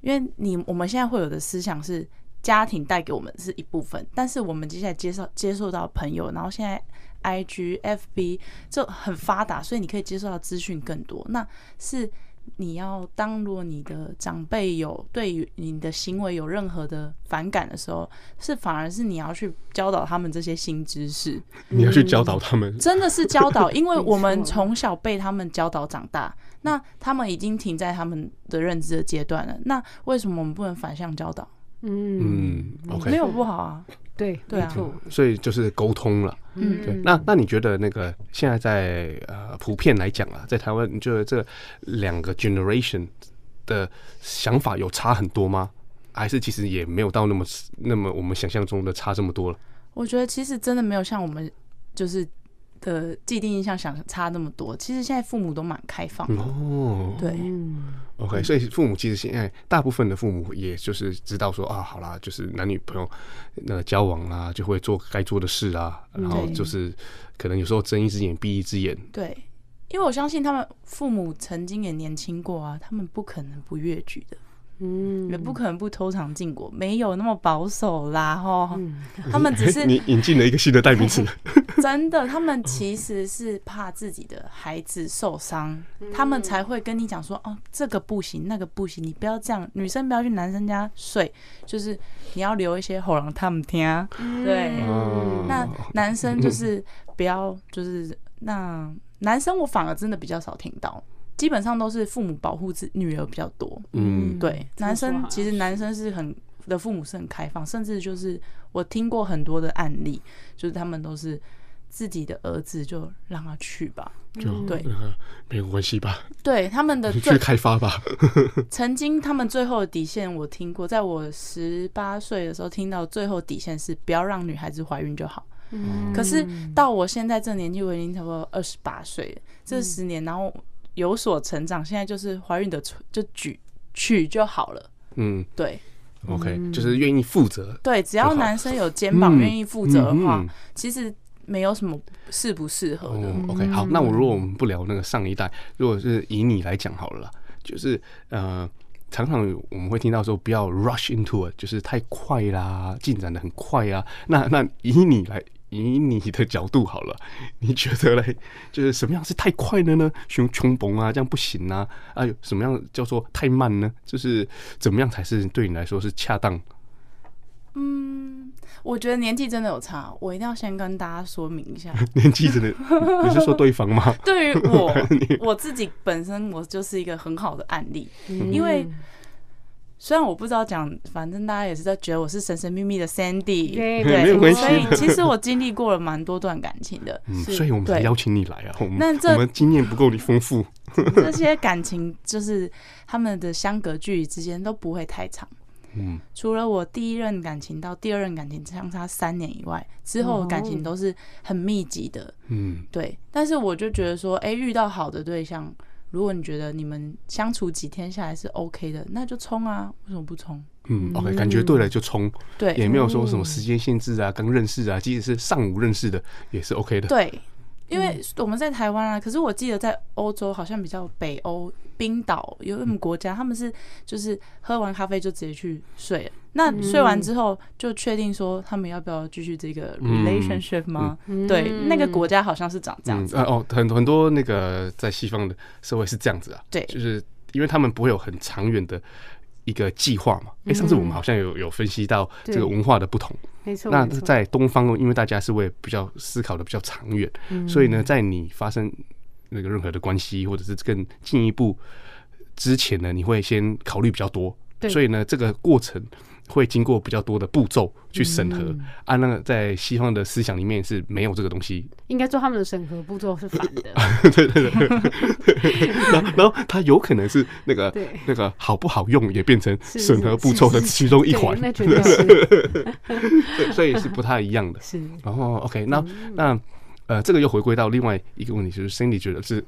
Speaker 5: 因为你我们现在会有的思想是。家庭带给我们是一部分，但是我们接下来接受接受到朋友，然后现在 I G F B 就很发达，所以你可以接受到资讯更多。那是你要当如果你的长辈有对于你的行为有任何的反感的时候，是反而是你要去教导他们这些新知识，
Speaker 2: 你要去教导他们，
Speaker 5: 真的是教导，因为
Speaker 3: 没错
Speaker 5: 我们从小被他们教导长大，那他们已经停在他们的认知的阶段了。那为什么我们不能反向教导？
Speaker 3: 嗯，
Speaker 2: 嗯，OK，
Speaker 5: 没有不好啊，
Speaker 3: 对
Speaker 5: 对啊
Speaker 3: 没错，
Speaker 2: 所以就是沟通了。
Speaker 5: 嗯
Speaker 2: 对，那那你觉得那个现在在呃普遍来讲啊，在台湾，你觉得这两个 generation 的想法有差很多吗？还是其实也没有到那么那么我们想象中的差这么多了？
Speaker 5: 我觉得其实真的没有像我们就是的既定印象想差那么多。其实现在父母都蛮开放的，
Speaker 2: 哦
Speaker 5: 对，
Speaker 2: ，OK，所以父母其实现在大部分的父母也就是知道说啊，好啦，就是男女朋友那个交往啦，就会做该做的事啊，然后
Speaker 5: 对
Speaker 2: 就是可能有时候睁一只眼闭一只眼，
Speaker 5: 对，因为我相信他们父母曾经也年轻过啊，他们不可能不越矩的，
Speaker 3: 嗯
Speaker 5: 也不可能不偷尝禁果，没有那么保守啦哈。
Speaker 3: 嗯
Speaker 5: 他们只是
Speaker 2: 你 (laughs) 引进了一个新的代名 (laughs) 词，
Speaker 5: 真的，他们其实是怕自己的孩子受伤，
Speaker 3: 嗯
Speaker 5: 他们才会跟你讲说，哦，这个不行，那个不行，你不要这样，女生不要去男生家睡，就是你要留一些喉咙他们听。啊对，
Speaker 2: 嗯
Speaker 5: 那男生就是不要，就是那男生我反而真的比较少听到，基本上都是父母保护自女儿比较多。
Speaker 2: 嗯，
Speaker 5: 对，
Speaker 3: 这么
Speaker 5: 男
Speaker 3: 说
Speaker 5: 生
Speaker 3: 好啊
Speaker 5: 其实男生是很的父母是很开放，甚至就是我听过很多的案例，就是他们都是自己的儿子就让他去吧，
Speaker 3: 嗯
Speaker 2: 就
Speaker 5: 对
Speaker 2: 呃没有关系吧，
Speaker 5: 对他们的
Speaker 2: 你去
Speaker 5: 最
Speaker 2: 开发 (laughs) 吧。
Speaker 5: 曾经他们最后的底线，我听过，在我十八岁的时候听到最后底线是不要让女孩子怀孕就好。
Speaker 3: 嗯
Speaker 5: 可是到我现在这年纪，我已经差不多二十八岁了，
Speaker 2: 嗯
Speaker 5: 这十年然后有所成长，现在就是怀孕的就举取就好了，
Speaker 2: 嗯
Speaker 5: 对。
Speaker 2: ，OK，就是愿意负责。
Speaker 5: 对，只
Speaker 2: 就
Speaker 5: 要
Speaker 2: 好
Speaker 5: 男生有肩
Speaker 2: 嗯
Speaker 5: 膀愿意负责的话
Speaker 2: 嗯嗯，
Speaker 5: 其实没有什么适不适合的。
Speaker 2: 哦，OK，好，那我如果我们不聊那个上一代，如果是以你来讲好了啦，就是呃，常常我们会听到说不要 rush into it，就是太快啦，进展的很快啊。那那以你来，以你的角度好了， (laughs) 你觉得嘞，就是什么样是太快了呢？熊穷崩啊，这样不行啊。啊，有什么样叫做太慢呢？就是怎么样才是对你来说是恰当？
Speaker 5: 嗯，我觉得年纪真的有差，我一定要先跟大家说明一下。
Speaker 2: (laughs) 年纪
Speaker 5: (laughs)
Speaker 2: 真的，你你是说对方吗？
Speaker 5: 对于
Speaker 2: (laughs)
Speaker 5: 我我自己本身，我就是一个很好的案例，
Speaker 3: 嗯
Speaker 5: 因为虽然我不知道讲，反正大家也是在觉得我是神神秘秘的 Sandy，
Speaker 3: 对
Speaker 2: 没有关系
Speaker 5: 所以其实我经历过了蛮多段感情的，
Speaker 2: 嗯，
Speaker 5: 是
Speaker 2: 所以我们才
Speaker 5: 对
Speaker 2: 邀请你来啊。我们
Speaker 5: 那这
Speaker 2: 我们经验不够你丰富。
Speaker 5: 这些感情就是他们的相隔距离之间都不会太长。
Speaker 2: 嗯，
Speaker 5: 除了我第一任感情到第二任感情相差三年以外，之后的感情都是很密集的。
Speaker 2: 嗯
Speaker 5: 对，但是我就觉得说，哎、遇到好的对象，如果你觉得你们相处几天下来是 OK 的，那就冲啊，为什么不冲？
Speaker 2: 嗯，OK，感觉对了就冲，也
Speaker 5: 对
Speaker 2: 没有说什么时间限制啊，刚认识啊，即使是上午认识的也是 OK 的。
Speaker 5: 嗯对，
Speaker 2: 嗯
Speaker 5: 因为我们在台湾啊，可是我记得在欧洲好像比较北欧、冰岛有什么
Speaker 2: 嗯
Speaker 5: 国家，他们是就是喝完咖啡就直接去睡了。那
Speaker 2: 嗯
Speaker 5: 睡完之后就确定说他们要不要继续这个
Speaker 2: 嗯
Speaker 5: relationship 吗？
Speaker 3: 嗯
Speaker 5: 对，那个国家好像是长这样
Speaker 2: 嗯
Speaker 5: 子。
Speaker 2: 呃哦，很很多那个在西方的社会是这样子啊，
Speaker 5: 对
Speaker 2: 就是因为他们不会有很长远的一个计划嘛。
Speaker 5: 嗯
Speaker 2: 哎、上次我们好像有有分析到这个
Speaker 3: 对
Speaker 2: 文化的不同，
Speaker 3: 嗯没错，
Speaker 2: 那
Speaker 3: 没错
Speaker 2: 在东方，因为大家是会比较思考的比较长远，
Speaker 3: 嗯
Speaker 2: 所以呢，在你发生那个任何的关系或者是更进一步之前呢，你会先考虑比较多，
Speaker 3: 对
Speaker 2: 所以呢，这个过程会经过比较多的步骤去审核。
Speaker 3: 嗯
Speaker 2: 啊，那个在西方的思想里面是没有这个东
Speaker 3: (laughs)
Speaker 2: 西，
Speaker 3: 应该说他们的审核步骤是反的，
Speaker 2: 啊然后然后它有可能是那个
Speaker 3: 对
Speaker 2: 那个好不好用也变成
Speaker 3: 是是
Speaker 2: 审核步骤的
Speaker 3: 是是
Speaker 2: 其中一
Speaker 3: 对
Speaker 2: 环，
Speaker 3: 那绝对是
Speaker 2: (laughs) 对所以是不太一样的。
Speaker 3: 是
Speaker 2: 然后哦 OK，那、那呃，这个又回归到另外一个问题，就是 Cindy 觉得是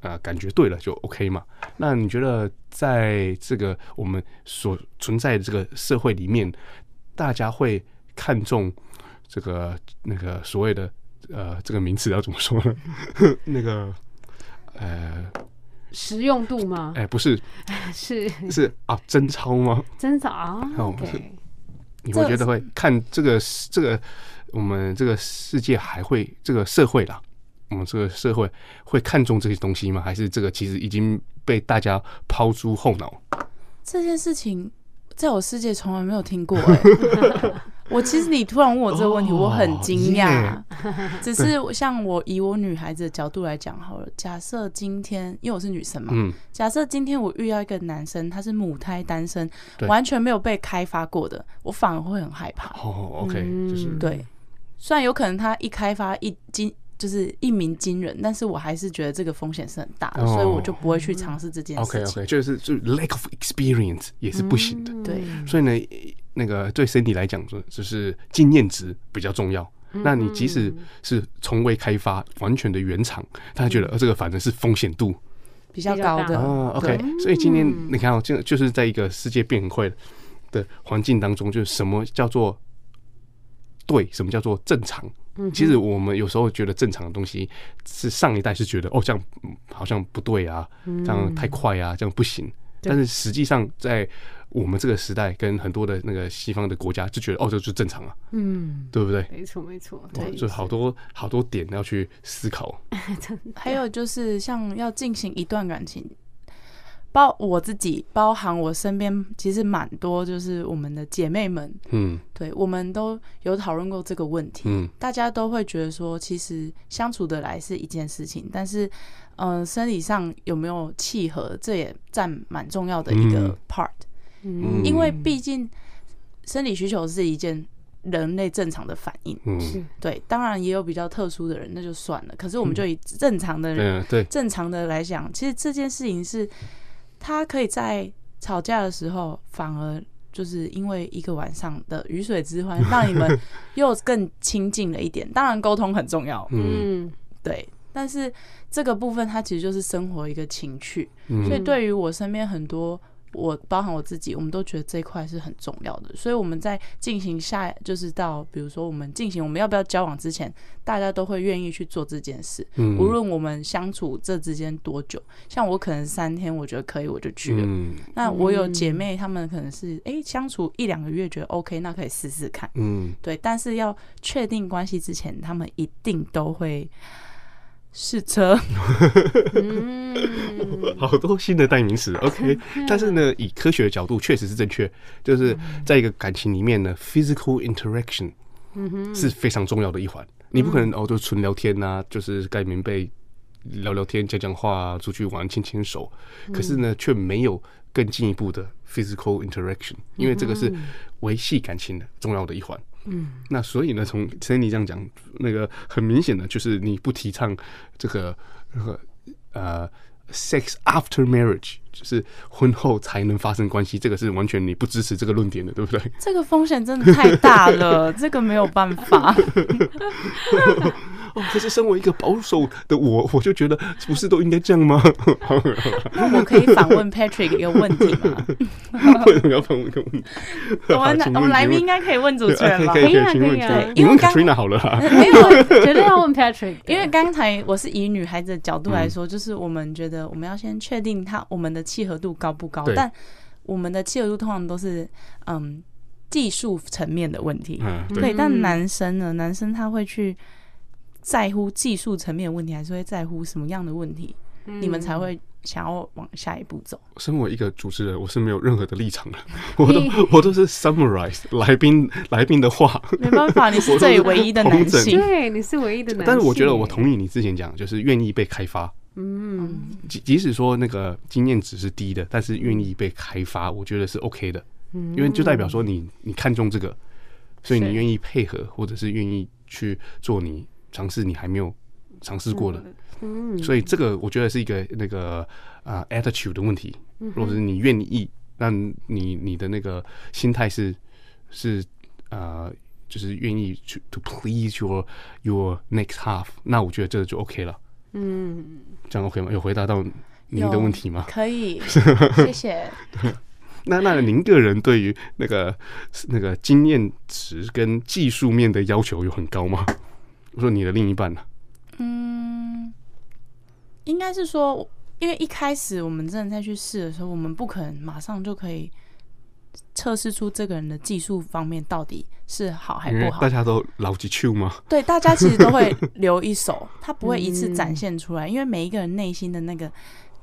Speaker 2: 呃感觉对了就 OK 嘛？那你觉得在这个我们所存在的这个社会里面，大家会看重这个那个所谓的呃这个名词要怎么说呢？ (laughs) 那个呃，
Speaker 3: 实用度吗？
Speaker 2: 哎，不是，
Speaker 3: 是
Speaker 2: 是啊，贞操吗？
Speaker 3: 真的啊
Speaker 2: 哦
Speaker 3: ，OK，
Speaker 2: 你会觉得会看这个这个我们这个世界还会这个社会啦，我们这个社会会看重这些东西吗？还是这个其实已经被大家抛诸后脑？
Speaker 5: 这件事情在我世界从来没
Speaker 2: (laughs)
Speaker 5: 有听过、欸 (laughs) 我其实你突然问我这个问题，
Speaker 2: 哦
Speaker 5: 我很惊讶。只是像我以我女孩子的角度来讲好了，假设今天因为我是女生嘛，
Speaker 2: 嗯，
Speaker 5: 假设今天我遇到一个男生，他是母胎单身，
Speaker 2: 对
Speaker 5: 完全没有被开发过的，我反而会很害怕。
Speaker 2: 哦，OK，、就是
Speaker 5: 嗯对，虽然有可能他一开发一惊，就是一鸣惊人，但是我还是觉得这个风险是很大的，
Speaker 2: 哦
Speaker 5: 所以我就不会去尝试这件事
Speaker 2: OK
Speaker 5: 情。嗯
Speaker 2: OK，就是就是 lack of experience 也是不行
Speaker 3: 嗯
Speaker 2: 的。
Speaker 5: 对，
Speaker 2: 所以呢，那个对身体来讲，就就是经验值比较重要。那你即使是从未开发完全的原厂，他
Speaker 5: 嗯
Speaker 2: 觉得呃这个反正是风险度
Speaker 5: 比较高
Speaker 3: 比较
Speaker 5: 的，嗯
Speaker 2: 啊，OK，所以今天你看哦，就就是在一个世界变很快的环境当中，就是什么叫做对，什么叫做正常，
Speaker 5: 嗯
Speaker 2: 其实我们有时候觉得正常的东西，是上一代是觉得哦这样嗯好像不对啊，
Speaker 5: 嗯
Speaker 2: 这样太快啊，这样不行。但是实际上在我们这个时代，跟很多的那个西方的国家就觉得哦这就是正常啊，
Speaker 3: 嗯，
Speaker 2: 对不对？
Speaker 3: 没错没错，
Speaker 2: 哇
Speaker 3: 对，
Speaker 2: 就哦好多好多点要去思考。
Speaker 5: (laughs) 还有就是像要进行一段感情，包我自己，包含我身边其实蛮多就是我们的姐妹们，
Speaker 2: 嗯
Speaker 5: 对我们都有讨论过这个问题。
Speaker 2: 嗯
Speaker 5: 大家都会觉得说，其实相处得来是一件事情，但是，嗯、生理上有没有契合，这也占蛮重要的一个
Speaker 2: 嗯
Speaker 5: part，、
Speaker 2: 嗯，
Speaker 5: 因为毕竟生理需求是一件人类正常的反应。
Speaker 2: 嗯
Speaker 5: 对，当然也有比较特殊的人，那就算了。可是我
Speaker 2: 嗯
Speaker 5: 们就以正常的人、
Speaker 2: 对啊对
Speaker 5: 正常的来讲，其实这件事情是，他可以在吵架的时候，反而就是因为一个晚上的鱼水之欢，让你
Speaker 2: (laughs)
Speaker 5: 们又更亲近了一点。当然，沟通很重要，
Speaker 2: 嗯
Speaker 3: 嗯
Speaker 5: 对。但是这个部分，它其实就是生活一个情趣。所以
Speaker 2: 嗯
Speaker 5: 对于我身边很多，我包含我自己，我们都觉得这一块是很重要的。所以我们在进行下，就是到比如说我们进行我们要不要交往之前，大家都会愿意去做这件事，
Speaker 2: 嗯
Speaker 5: 无论我们相处这之间多久。像我可能三天，我觉得可以，我就去了。
Speaker 2: 嗯
Speaker 5: 那我有姐妹，她们可能是诶相处一两个月觉得 OK，那可以试试看。
Speaker 2: 嗯
Speaker 5: 对，但是要确定关系之前，她们一定都会试车。 (laughs)
Speaker 3: 嗯，
Speaker 2: 好多新的代名词，OK。但是呢，以科学的角度，确实是正确，就是在一个感情里面呢，physical interaction 是非常重要的一环。你不可能哦，就纯聊天呐、就是盖棉被聊聊天、讲讲话、啊，出去玩、牵牵手，可是呢，却没有更进一步的 physical interaction，因为这个是维系感情的重要的一环。嗯，那所以呢，从 Sandy 这样讲，那个很明显的就是你不提倡这个这个呃 sex after marriage，就是婚后才能发生关系，这个是完全你不支持这个论点的，对不对？
Speaker 5: 这个风险真的太大了，这个没有办法。 (laughs)
Speaker 2: 哦，可是身为一个保守的我，我就觉得不是都应该这样吗？ (laughs)
Speaker 5: 那我可以反问 Patrick 一个问题
Speaker 2: (laughs)
Speaker 5: 吗？
Speaker 2: 为什么要问我一个问题？
Speaker 5: 我们
Speaker 2: 请问
Speaker 5: 我们来宾应该可以问主持人吧
Speaker 2: (laughs) 可以？可以
Speaker 3: 可以
Speaker 2: 可以，
Speaker 3: 啊
Speaker 2: 请问
Speaker 3: 可以啊
Speaker 2: 请问
Speaker 5: 因
Speaker 2: 你
Speaker 5: 为
Speaker 2: 问
Speaker 5: 刚
Speaker 2: Katrina 好了啊啦。
Speaker 3: (laughs) 没有，绝对要问 Patrick，的
Speaker 5: 因为刚才我是以女孩子的角度
Speaker 2: 嗯
Speaker 5: 来说，就是我们觉得我们要先确定他我们的契合度高不高
Speaker 2: 对，
Speaker 5: 但我们的契合度通常都是嗯技术层面的问题。
Speaker 2: (laughs) 嗯，对，
Speaker 5: 对，但男生呢，男生他会去在乎技术层面的问题，还是会在乎什么样的问题？
Speaker 3: 嗯
Speaker 2: 嗯
Speaker 5: 你们才会想要往下一步走。
Speaker 2: 身为一个主持人，我是没有任何的立场的，我都我都是 summarize 来宾来宾的话。
Speaker 5: 没办法，
Speaker 2: (laughs)
Speaker 5: 你
Speaker 2: 我
Speaker 5: 是
Speaker 2: 都
Speaker 5: 这里
Speaker 2: 是
Speaker 5: 唯一的
Speaker 2: 同
Speaker 5: 男
Speaker 2: 整
Speaker 5: 性。
Speaker 3: 对你是唯一的男性耶，
Speaker 2: (laughs) 但是我觉得我同意你之前讲，就是愿意被开发。
Speaker 3: 嗯，
Speaker 2: 即即使说那个经验值是低的，但是愿意被开发，我觉得是 OK 的，因为就代表说你你看中这个，所以你愿意配合，或者是愿意去做你尝试你还没有尝试过的，嗯，所以这个我觉得是一个那个啊、呃 attitude 的问题，如果是你愿意，那你你的那个心态是是呃。就是愿意去 to please your your next half，那我觉得这就 OK 了。嗯，这样 OK 吗？有回答到您的问题吗？
Speaker 5: 可以，谢谢。
Speaker 2: 那那您个人对于那个那个经验值跟技术面的要求有很高吗？我说你的另一半呢、啊
Speaker 5: 嗯，应该是说，因为一开始我们真的在去试的时候，我们不可能马上就可以测试出这个人的技术方面到底是好还
Speaker 2: 因为
Speaker 5: 不好
Speaker 2: 大。家都老几秋嘛，
Speaker 5: 对，大家其实都会留一手，他不会一
Speaker 2: 嗯
Speaker 5: 次展现出来，因为每一个人内心的那个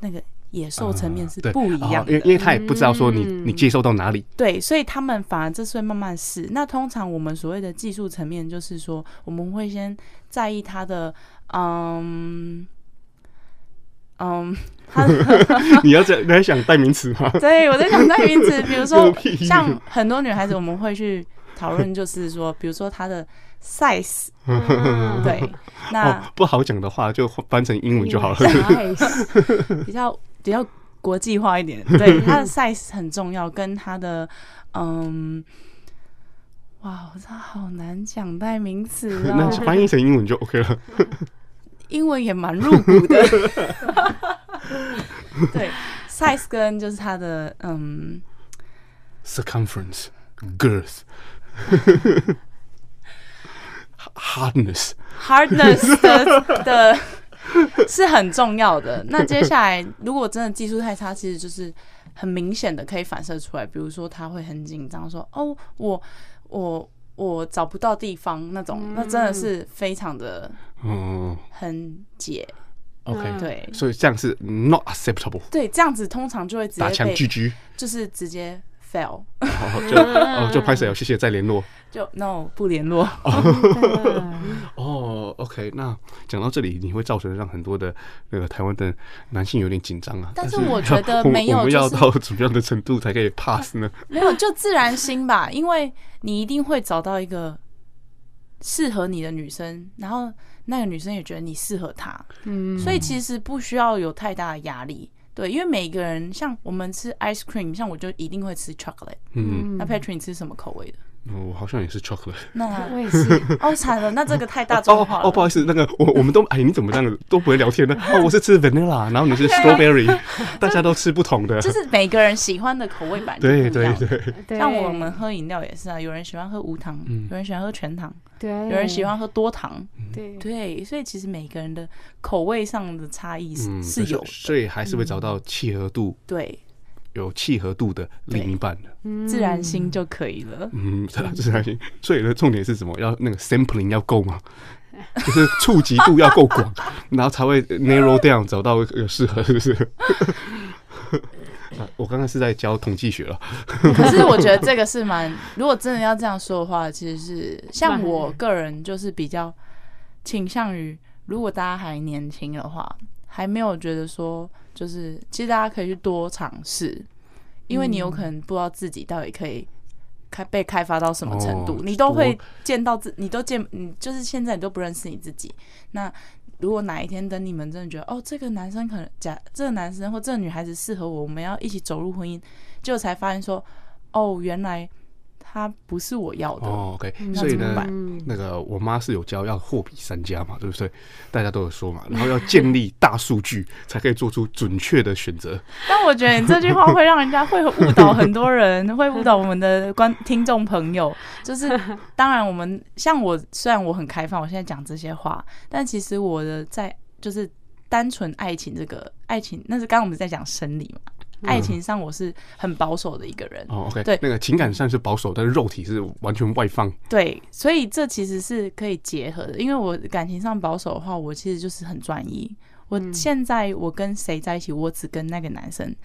Speaker 5: 那个野兽层面是
Speaker 2: 啊对
Speaker 5: 不一样
Speaker 2: 哦因为
Speaker 5: 的。嗯
Speaker 2: 因为他也不知道说你、你接受到哪里， (laughs)
Speaker 5: 对，所以他们反而这是会慢慢试。那通常我们所谓的技术层面，就是说我们会先在意他的，嗯嗯，他的 (laughs)
Speaker 2: 你要在你还想代名词吗？
Speaker 5: 对我在想代名词，比如
Speaker 2: 有
Speaker 5: 说
Speaker 2: 屁用
Speaker 5: 像很多女孩子，我们会去讨论，就是说，比如说她的 size，对，
Speaker 3: 嗯
Speaker 2: (laughs) 哦
Speaker 5: 那，
Speaker 2: 不好讲的话就翻成英文就好了。
Speaker 3: Nice
Speaker 5: 比较比较国际化一
Speaker 2: (laughs)
Speaker 5: 点，对，她的 size 很重要，跟她的嗯。哇，我真的好难讲代名词哦。
Speaker 2: 那翻译成英文就 OK
Speaker 5: (laughs)
Speaker 2: 了。
Speaker 5: 英文也蛮入骨的。对，size 跟就是它的嗯，
Speaker 2: Circumference, girth， (laughs) hardness，
Speaker 5: hardness 的的是很重要的。那接下来如果真的技术太差，其实就是很明显的可以反射出来，比如说他会很紧张，说哦，我我我找不到地方那种，那真的是非常的
Speaker 2: 嗯
Speaker 5: 很解。
Speaker 2: ，OK，
Speaker 5: 对
Speaker 2: 所以这样是 not acceptable，
Speaker 5: 对，这样子通常就会直
Speaker 2: 打
Speaker 5: 接
Speaker 2: 枪
Speaker 5: 被
Speaker 2: 拒拒，
Speaker 5: 就是直接 fail，
Speaker 2: 哦就 (laughs)
Speaker 5: 嗯
Speaker 2: 哦就拍手，谢谢，再联络。
Speaker 5: 就 no 不联络。
Speaker 2: (laughs) 哦，OK，那讲到这里，你会造成让很多的那个台湾的男性有点紧张啊。
Speaker 5: 但
Speaker 2: 是
Speaker 5: 是我觉得
Speaker 2: 我们
Speaker 5: 没有
Speaker 2: 我 (laughs) 们要
Speaker 5: 就是
Speaker 2: 到怎么样的程度才可以 pass 呢？
Speaker 5: 没有，就自然心吧，因为你一定会找到一个适合你的女生，然后那个女生也觉得你适合她，嗯，所以其实不需要有太大的压力。对，因为每个人像我们吃 ice cream，像我就一定会吃 chocolate。
Speaker 2: 嗯，
Speaker 5: 那 Patrick 你吃什么口味的？
Speaker 2: 我好像也是 chocolate。
Speaker 5: 那
Speaker 3: 我也是，
Speaker 5: 哦惨了，那这个太大众
Speaker 2: 哦
Speaker 5: 化了。
Speaker 2: 哦，不好意思，那个我我们都哎，你怎么这样都不会聊
Speaker 5: (laughs)
Speaker 2: 天呢？哦，我是吃 vanilla，然后你是 strawberry，大家都吃不同的。
Speaker 5: 就是每个人喜欢的口味版就
Speaker 2: 对
Speaker 5: 不一
Speaker 2: 对
Speaker 5: 样。
Speaker 2: 对，嗯
Speaker 3: 对
Speaker 5: (laughs) 像我们喝饮料也是啊，有人喜欢喝无糖，有人喜欢喝全糖，
Speaker 3: 对，
Speaker 5: 有人喜欢喝多糖。
Speaker 3: 对
Speaker 5: 对，所以其实每个人的口味上的差异是、
Speaker 2: 嗯，
Speaker 5: 是有的，嗯
Speaker 2: 所以还是会找到契合度
Speaker 5: 对，
Speaker 2: 有契合度的另一半的。
Speaker 3: 嗯
Speaker 5: 自然心就可以
Speaker 2: (laughs)
Speaker 5: 了。
Speaker 2: 嗯，自然自然性。所以呢，重点是什么？要那个 sampling 要够
Speaker 5: (laughs)
Speaker 2: 吗？就是触及度要够广， (laughs) 然后才会 narrow down 找到一个适合，是不
Speaker 5: (laughs)
Speaker 2: 是？啊我刚刚是在教统计学了，
Speaker 5: 可是我觉得这个是蛮，如果真的要这样说的话，其实是像我个人就是比较倾向于，如果大家还年轻的话，还没有觉得说，就是其实大家可以去多尝试，因为你有可能不知道自己到底可以。开被开发到什么程度，
Speaker 2: 哦
Speaker 5: 你都会
Speaker 2: 多
Speaker 5: 见到自，你都见，你就是现在你都不认识你自己。那如果哪一天等你们真的觉得，哦，这个男生可能假，这个男生或这个女孩子适合我，我们要一起走入婚姻，结果才发现说，哦，原来他不是我要的。
Speaker 2: 哦，OK，
Speaker 5: 嗯
Speaker 3: 嗯
Speaker 5: 那
Speaker 2: 所以
Speaker 5: 怎么
Speaker 2: 呢
Speaker 5: 办，
Speaker 2: 那个我妈是有教要货比三家嘛，对不对？大家都有说嘛，然后要建立大数据，才可以做出准确的选择。
Speaker 5: (laughs) 但我觉得你这句话会让人家会误导很多人，会误导我们的观听众朋友。就是当然，我们像我，虽然我很开放，我现在讲这些话，但其实我的在就是单纯爱情这个爱情，那是刚刚我们在讲生理嘛，爱情上我是很保守的一个人。
Speaker 2: 哦，OK，
Speaker 5: 对
Speaker 2: 那个情感上是保守，但是肉体是完全外放。哦
Speaker 5: 对，所以这其实是可以结合的，因为我感情上保守的话，我其实就是很专一。我现在我跟谁在一起，我只跟那个男生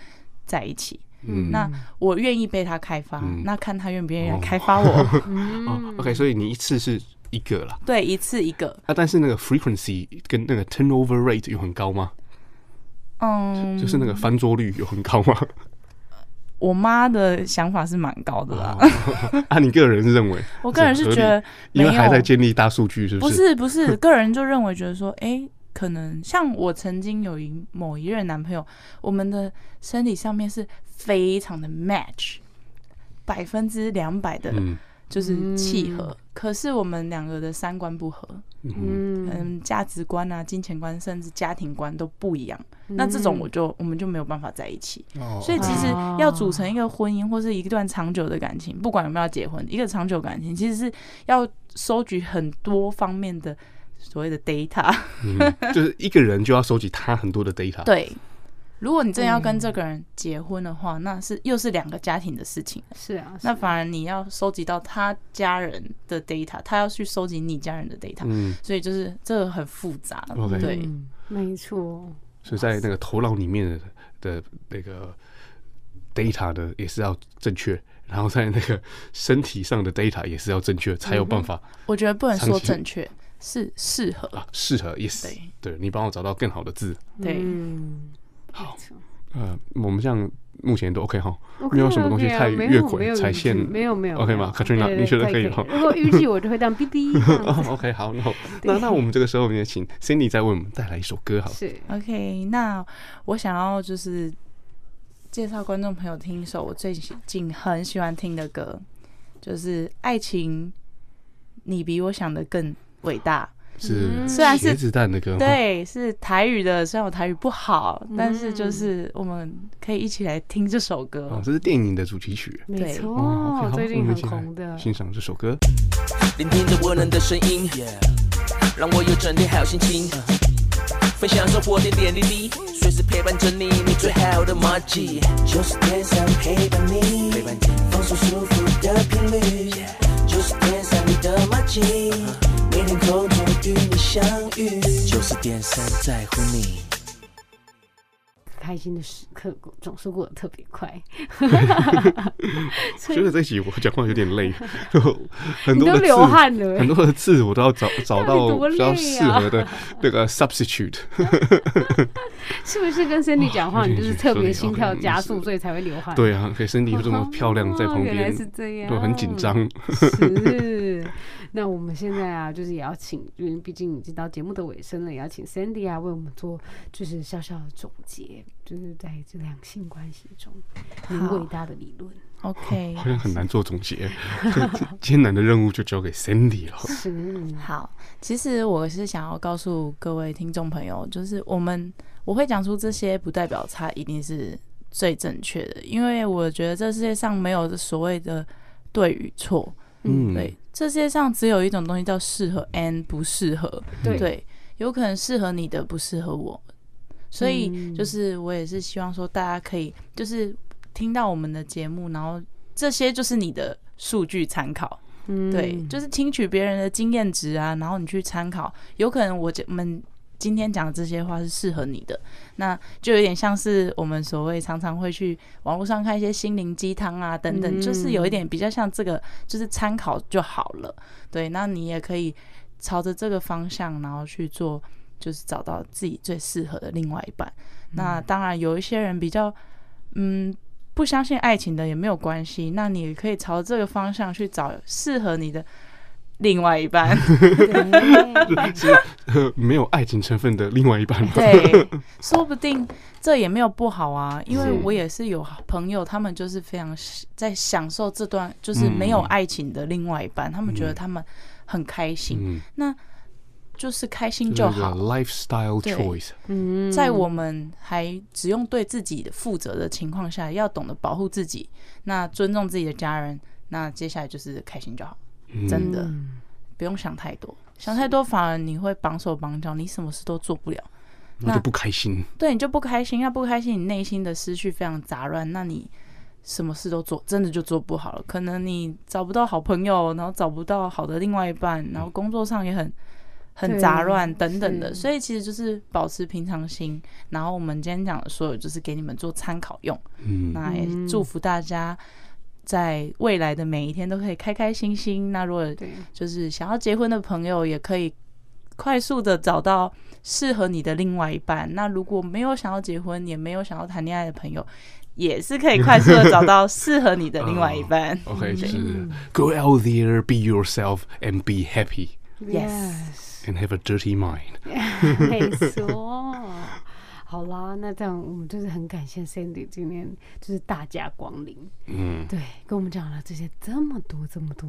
Speaker 5: 在一起。
Speaker 2: 嗯，
Speaker 5: 那我愿意被他开发，
Speaker 2: 嗯
Speaker 5: 那看他愿不愿意
Speaker 2: 哦
Speaker 5: 来开发我。嗯
Speaker 2: 哦，OK，所以你一次是一个啦。
Speaker 5: 对，一次一个。
Speaker 2: 啊，但是那个 frequency 跟那个 turnover rate 有很高吗？
Speaker 5: 嗯，
Speaker 2: 就是那个翻桌率有很高吗？
Speaker 5: 我妈的想法是蛮高的啦。
Speaker 2: (laughs) 啊，你个人是认为？
Speaker 5: 我个人是
Speaker 2: 合理
Speaker 5: 觉得，
Speaker 2: 因为
Speaker 5: 没有
Speaker 2: 还在建立大数据，是
Speaker 5: 不
Speaker 2: 是？
Speaker 5: 是不
Speaker 2: (laughs)
Speaker 5: 是，个人就认为觉得说，哎、可能像我曾经有一某一任男朋友，我们的生理上面是非常的 match，百分之两百的，
Speaker 2: 嗯
Speaker 5: 就是契合。可是我们两个的三观不合，
Speaker 2: 嗯
Speaker 5: 嗯，价值观啊、金钱观，甚至家庭观都不一样。那这
Speaker 3: 嗯
Speaker 5: 种我就我们就没有办法在一起。
Speaker 2: 哦
Speaker 5: 所以其实要组成一个婚姻或是一段长久的感情，不管有没有要结婚，一个长久感情其实是要收集很多方面的所谓的 data。
Speaker 2: 嗯就是一个人就要收集他很多的 data。，
Speaker 5: 对，如果你真的要跟这个人结婚的话，那是又是两个家庭的事情。
Speaker 3: 是啊，
Speaker 5: 那反而你要收集到他家人的 data，他要去收集你家人的 data，、
Speaker 2: 嗯，
Speaker 5: 所以就是这个很复杂。
Speaker 2: OK
Speaker 5: 对，
Speaker 3: 嗯没错，
Speaker 2: 所以在那个头脑里面的的那个 data 的也是要正确，然后在那个 (laughs) 身体上的 data 也是要正确，才有办法
Speaker 5: 我觉得不能
Speaker 2: 长
Speaker 5: 说
Speaker 2: 期
Speaker 5: 正确，是适合。
Speaker 2: 啊适合。Yes，
Speaker 5: 对
Speaker 2: 对你帮我找到更好的字。
Speaker 5: 对，
Speaker 3: 嗯，
Speaker 2: 呃，我们像目前都 OK 哈。
Speaker 3: OK，OK 啊
Speaker 2: 没有什么东西太
Speaker 3: 没有
Speaker 2: 越轨
Speaker 3: 没有
Speaker 2: 踩线
Speaker 3: 逾矩没有没有
Speaker 2: OK 吗？Katrina，你觉得可以吗
Speaker 3: 吗？如果逾矩，我就会当哔哔这样
Speaker 2: 哦
Speaker 5: 嗯
Speaker 3: 子。
Speaker 2: ，OK，好，那我 (laughs) 那那我们这个时候，我们也请 Cindy 再为我们带来一首歌好了。
Speaker 3: 是
Speaker 5: OK，那我想要就是介绍观众朋友听一首我最近很喜欢听的
Speaker 3: 嗯
Speaker 5: 歌，就是《爱情》，你比我想的更伟大。
Speaker 2: 是
Speaker 5: 虽然是
Speaker 2: 茄子蛋的 (laughs) 歌吗，
Speaker 5: 对，是台语的，虽然我台语不好，但是就是我们可以一起来听这首歌
Speaker 2: 哦，。这是电影的主题曲。
Speaker 3: (laughs) 没
Speaker 5: 对
Speaker 2: 哦
Speaker 3: 错
Speaker 2: ，OK，，好，
Speaker 3: 最
Speaker 2: 我
Speaker 3: 近
Speaker 2: 们
Speaker 3: 很
Speaker 2: 一起来
Speaker 3: 红的。
Speaker 2: 欣赏这首歌。
Speaker 4: 聆听着温暖的声音，让我有整天好心情。分享生活点点滴滴，随时陪伴着你，你最好的麻吉。就是天上陪伴你，陪伴你放松舒服的频率。就是天上你的麻吉，每天空中与你相遇。就是点三在乎你。
Speaker 3: 开心的时刻总是过得特别
Speaker 2: (laughs)
Speaker 3: 快，所
Speaker 2: 觉得
Speaker 3: 以
Speaker 2: 这一集我讲话有点
Speaker 3: (laughs)
Speaker 2: 累，很
Speaker 3: 你
Speaker 2: 多
Speaker 3: 都
Speaker 2: 的字
Speaker 3: 流汗了欸
Speaker 2: 很多的字我都要找找
Speaker 3: 到
Speaker 2: 到
Speaker 3: 底多
Speaker 2: 比较
Speaker 3: 累
Speaker 2: 适
Speaker 3: 啊 (laughs)
Speaker 2: 合的那个 substitute。
Speaker 3: 是不是跟 Cindy 讲话，
Speaker 2: 有
Speaker 3: 你
Speaker 2: 点
Speaker 3: 就是
Speaker 2: 觉得
Speaker 3: 特
Speaker 2: 有
Speaker 3: 别
Speaker 2: 点
Speaker 3: 心
Speaker 2: 有
Speaker 3: 跳
Speaker 2: 点
Speaker 3: 加
Speaker 2: 是
Speaker 3: 速，所以才会流汗？
Speaker 2: 对啊，可以
Speaker 3: (laughs)
Speaker 2: 身体又这么漂亮在旁
Speaker 3: 哦原来
Speaker 2: 边，
Speaker 3: 是这样，
Speaker 2: 对，很紧张。。
Speaker 3: 是， (laughs) 那我们现在啊，就是也要请，因为毕竟已经到节目的尾声了，也要请 Sandy 啊为我们做就是小小的总结，就是在这两性关系中您
Speaker 5: 好
Speaker 3: 伟大的理论
Speaker 5: OK，
Speaker 2: 好像很难做总结， (laughs) 艰难的任务就交给 Sandy 了。
Speaker 3: 是
Speaker 5: 好，其实我是想要告诉各位听众朋友，就是我们我会讲出这些，不代表它一定是最正确的，因为我觉得这世界上没有所谓的对与错，
Speaker 2: 嗯，
Speaker 5: 对，这世界上只有一种东西叫适合 and 不适合，
Speaker 2: 嗯
Speaker 3: 对
Speaker 5: 有可能适合你的不适合我，所以
Speaker 3: 嗯
Speaker 5: 就是我也是希望说大家可以就是听到我们的节目，然后这些就是你的数据参考，
Speaker 3: 嗯
Speaker 5: 对，就是听取别人的经验值啊，然后你去参考，有可能我这我们今天讲的这些话是适合你的，那就有点像是我们所谓常常会去网络上看一些心灵鸡汤啊等等，
Speaker 3: 嗯
Speaker 5: 就是有一点比较像这个，就是参考就好了。对，那你也可以朝着这个方向，然后去做，就是找到自己最适合的另外一半。那当然有一些人比较，嗯。不相信爱情的也没有关系，那你也可以朝这个方向去找适合你的另外一半。
Speaker 2: 呃， (laughs) 没有爱情成分的另外一 (laughs) 半嘛，
Speaker 5: 对，说不定这也没有不好啊，因为
Speaker 3: 是
Speaker 5: 我也是有朋友，他们就是非常喜在享受这段就是没有
Speaker 2: 嗯
Speaker 5: 爱情的另外一半，他们觉得他们很开心，
Speaker 2: 嗯，
Speaker 5: 就是开心
Speaker 2: 这
Speaker 5: 就是
Speaker 2: 一个
Speaker 5: 好。
Speaker 2: lifestyle
Speaker 5: 对
Speaker 2: choice，
Speaker 3: 嗯
Speaker 5: 在我们还只用对自己的负责的情况下，要懂得保护自己，那尊重自己的家人，那接下来就是开心就好，
Speaker 2: 嗯
Speaker 5: 真的不用想太多，想太多反而你会绑手绑脚，你什么事都做不了。
Speaker 2: 那就不开心。
Speaker 5: 对，你就不开心，那不开心，你内心的思绪非常杂乱，那你什么事都做，真的就做不好了。可能你找不到好朋友，然后找不到好的另外一半，然后工作上也很很杂
Speaker 3: 对
Speaker 5: 乱等等的。
Speaker 3: 是
Speaker 5: 所以其实就是保持平常心。然后我们今天讲的所有，就是给你们做参考用。
Speaker 2: 嗯，
Speaker 5: 那也祝福大家。在未来的每一天都可以开开心心。那如果
Speaker 3: 对
Speaker 5: 就是想要结婚的朋友，也可以快速的找到适合你的另外一半。那如果没有想要结婚，也没有想要谈恋爱的朋友，也是可以快速的找
Speaker 2: (laughs)
Speaker 5: 到适合你的另外一半。
Speaker 2: OK，就是 Go out there, be yourself, and be happy,
Speaker 3: yes，
Speaker 2: and have a dirty mind。
Speaker 3: 没错。好啦，那这样我们就是很感谢 Sandy 今天就是大驾光临，
Speaker 2: 嗯，
Speaker 3: 对，跟我们讲了这些这么多这么多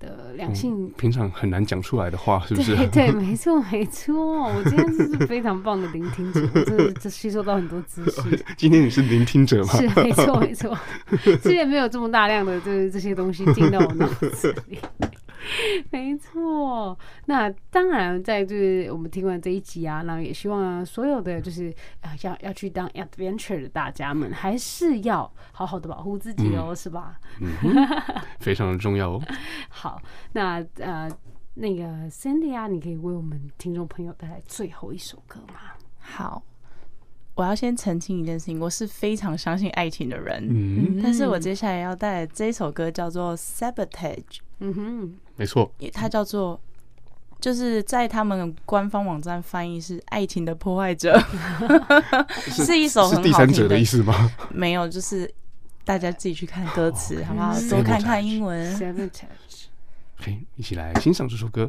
Speaker 3: 的两 (laughs) 性
Speaker 2: 平常很难讲出来的话，嗯是不是？
Speaker 3: 对对，没错没错，我今天是非常棒的聆听者，我真的是吸收到很多知识。
Speaker 2: (laughs) 今天你 (laughs) 是聆听者吗？
Speaker 3: 是没错没
Speaker 2: (laughs)
Speaker 3: 错，之前没有这么大量的这这些东西进到我脑子里。 (laughs) 没错，那当然，在就是我们听完这一集啊，然后也希望、啊、所有的就是啊、要要去当 adventure 的大家们，还是要好好的保护自己哦，
Speaker 2: 嗯
Speaker 3: 是吧？
Speaker 2: 非常的重要哦。
Speaker 3: 好，那呃，那个 Cindy 啊，你可以为我们听众朋友带来最后一首歌吗？
Speaker 5: 好，我要先澄清一件事情，我是非常相信爱情的人，
Speaker 2: 嗯，
Speaker 5: 但是我接下来要带来这首歌叫做《Sabotage》。
Speaker 3: 嗯哼，
Speaker 2: 没错，
Speaker 5: 也它叫做，就是在他们官方网站翻译是《爱情的破坏者》，是一
Speaker 2: (laughs)
Speaker 5: 首
Speaker 2: 是
Speaker 5: 很
Speaker 2: 第
Speaker 5: 好
Speaker 2: 三
Speaker 5: 听
Speaker 2: 者的
Speaker 5: 的
Speaker 2: 意，思吗？
Speaker 5: 没有，就是大家自己去看歌词，好不好？多看看英文。
Speaker 3: Seven Touch。
Speaker 2: OK，一起来欣赏这首歌。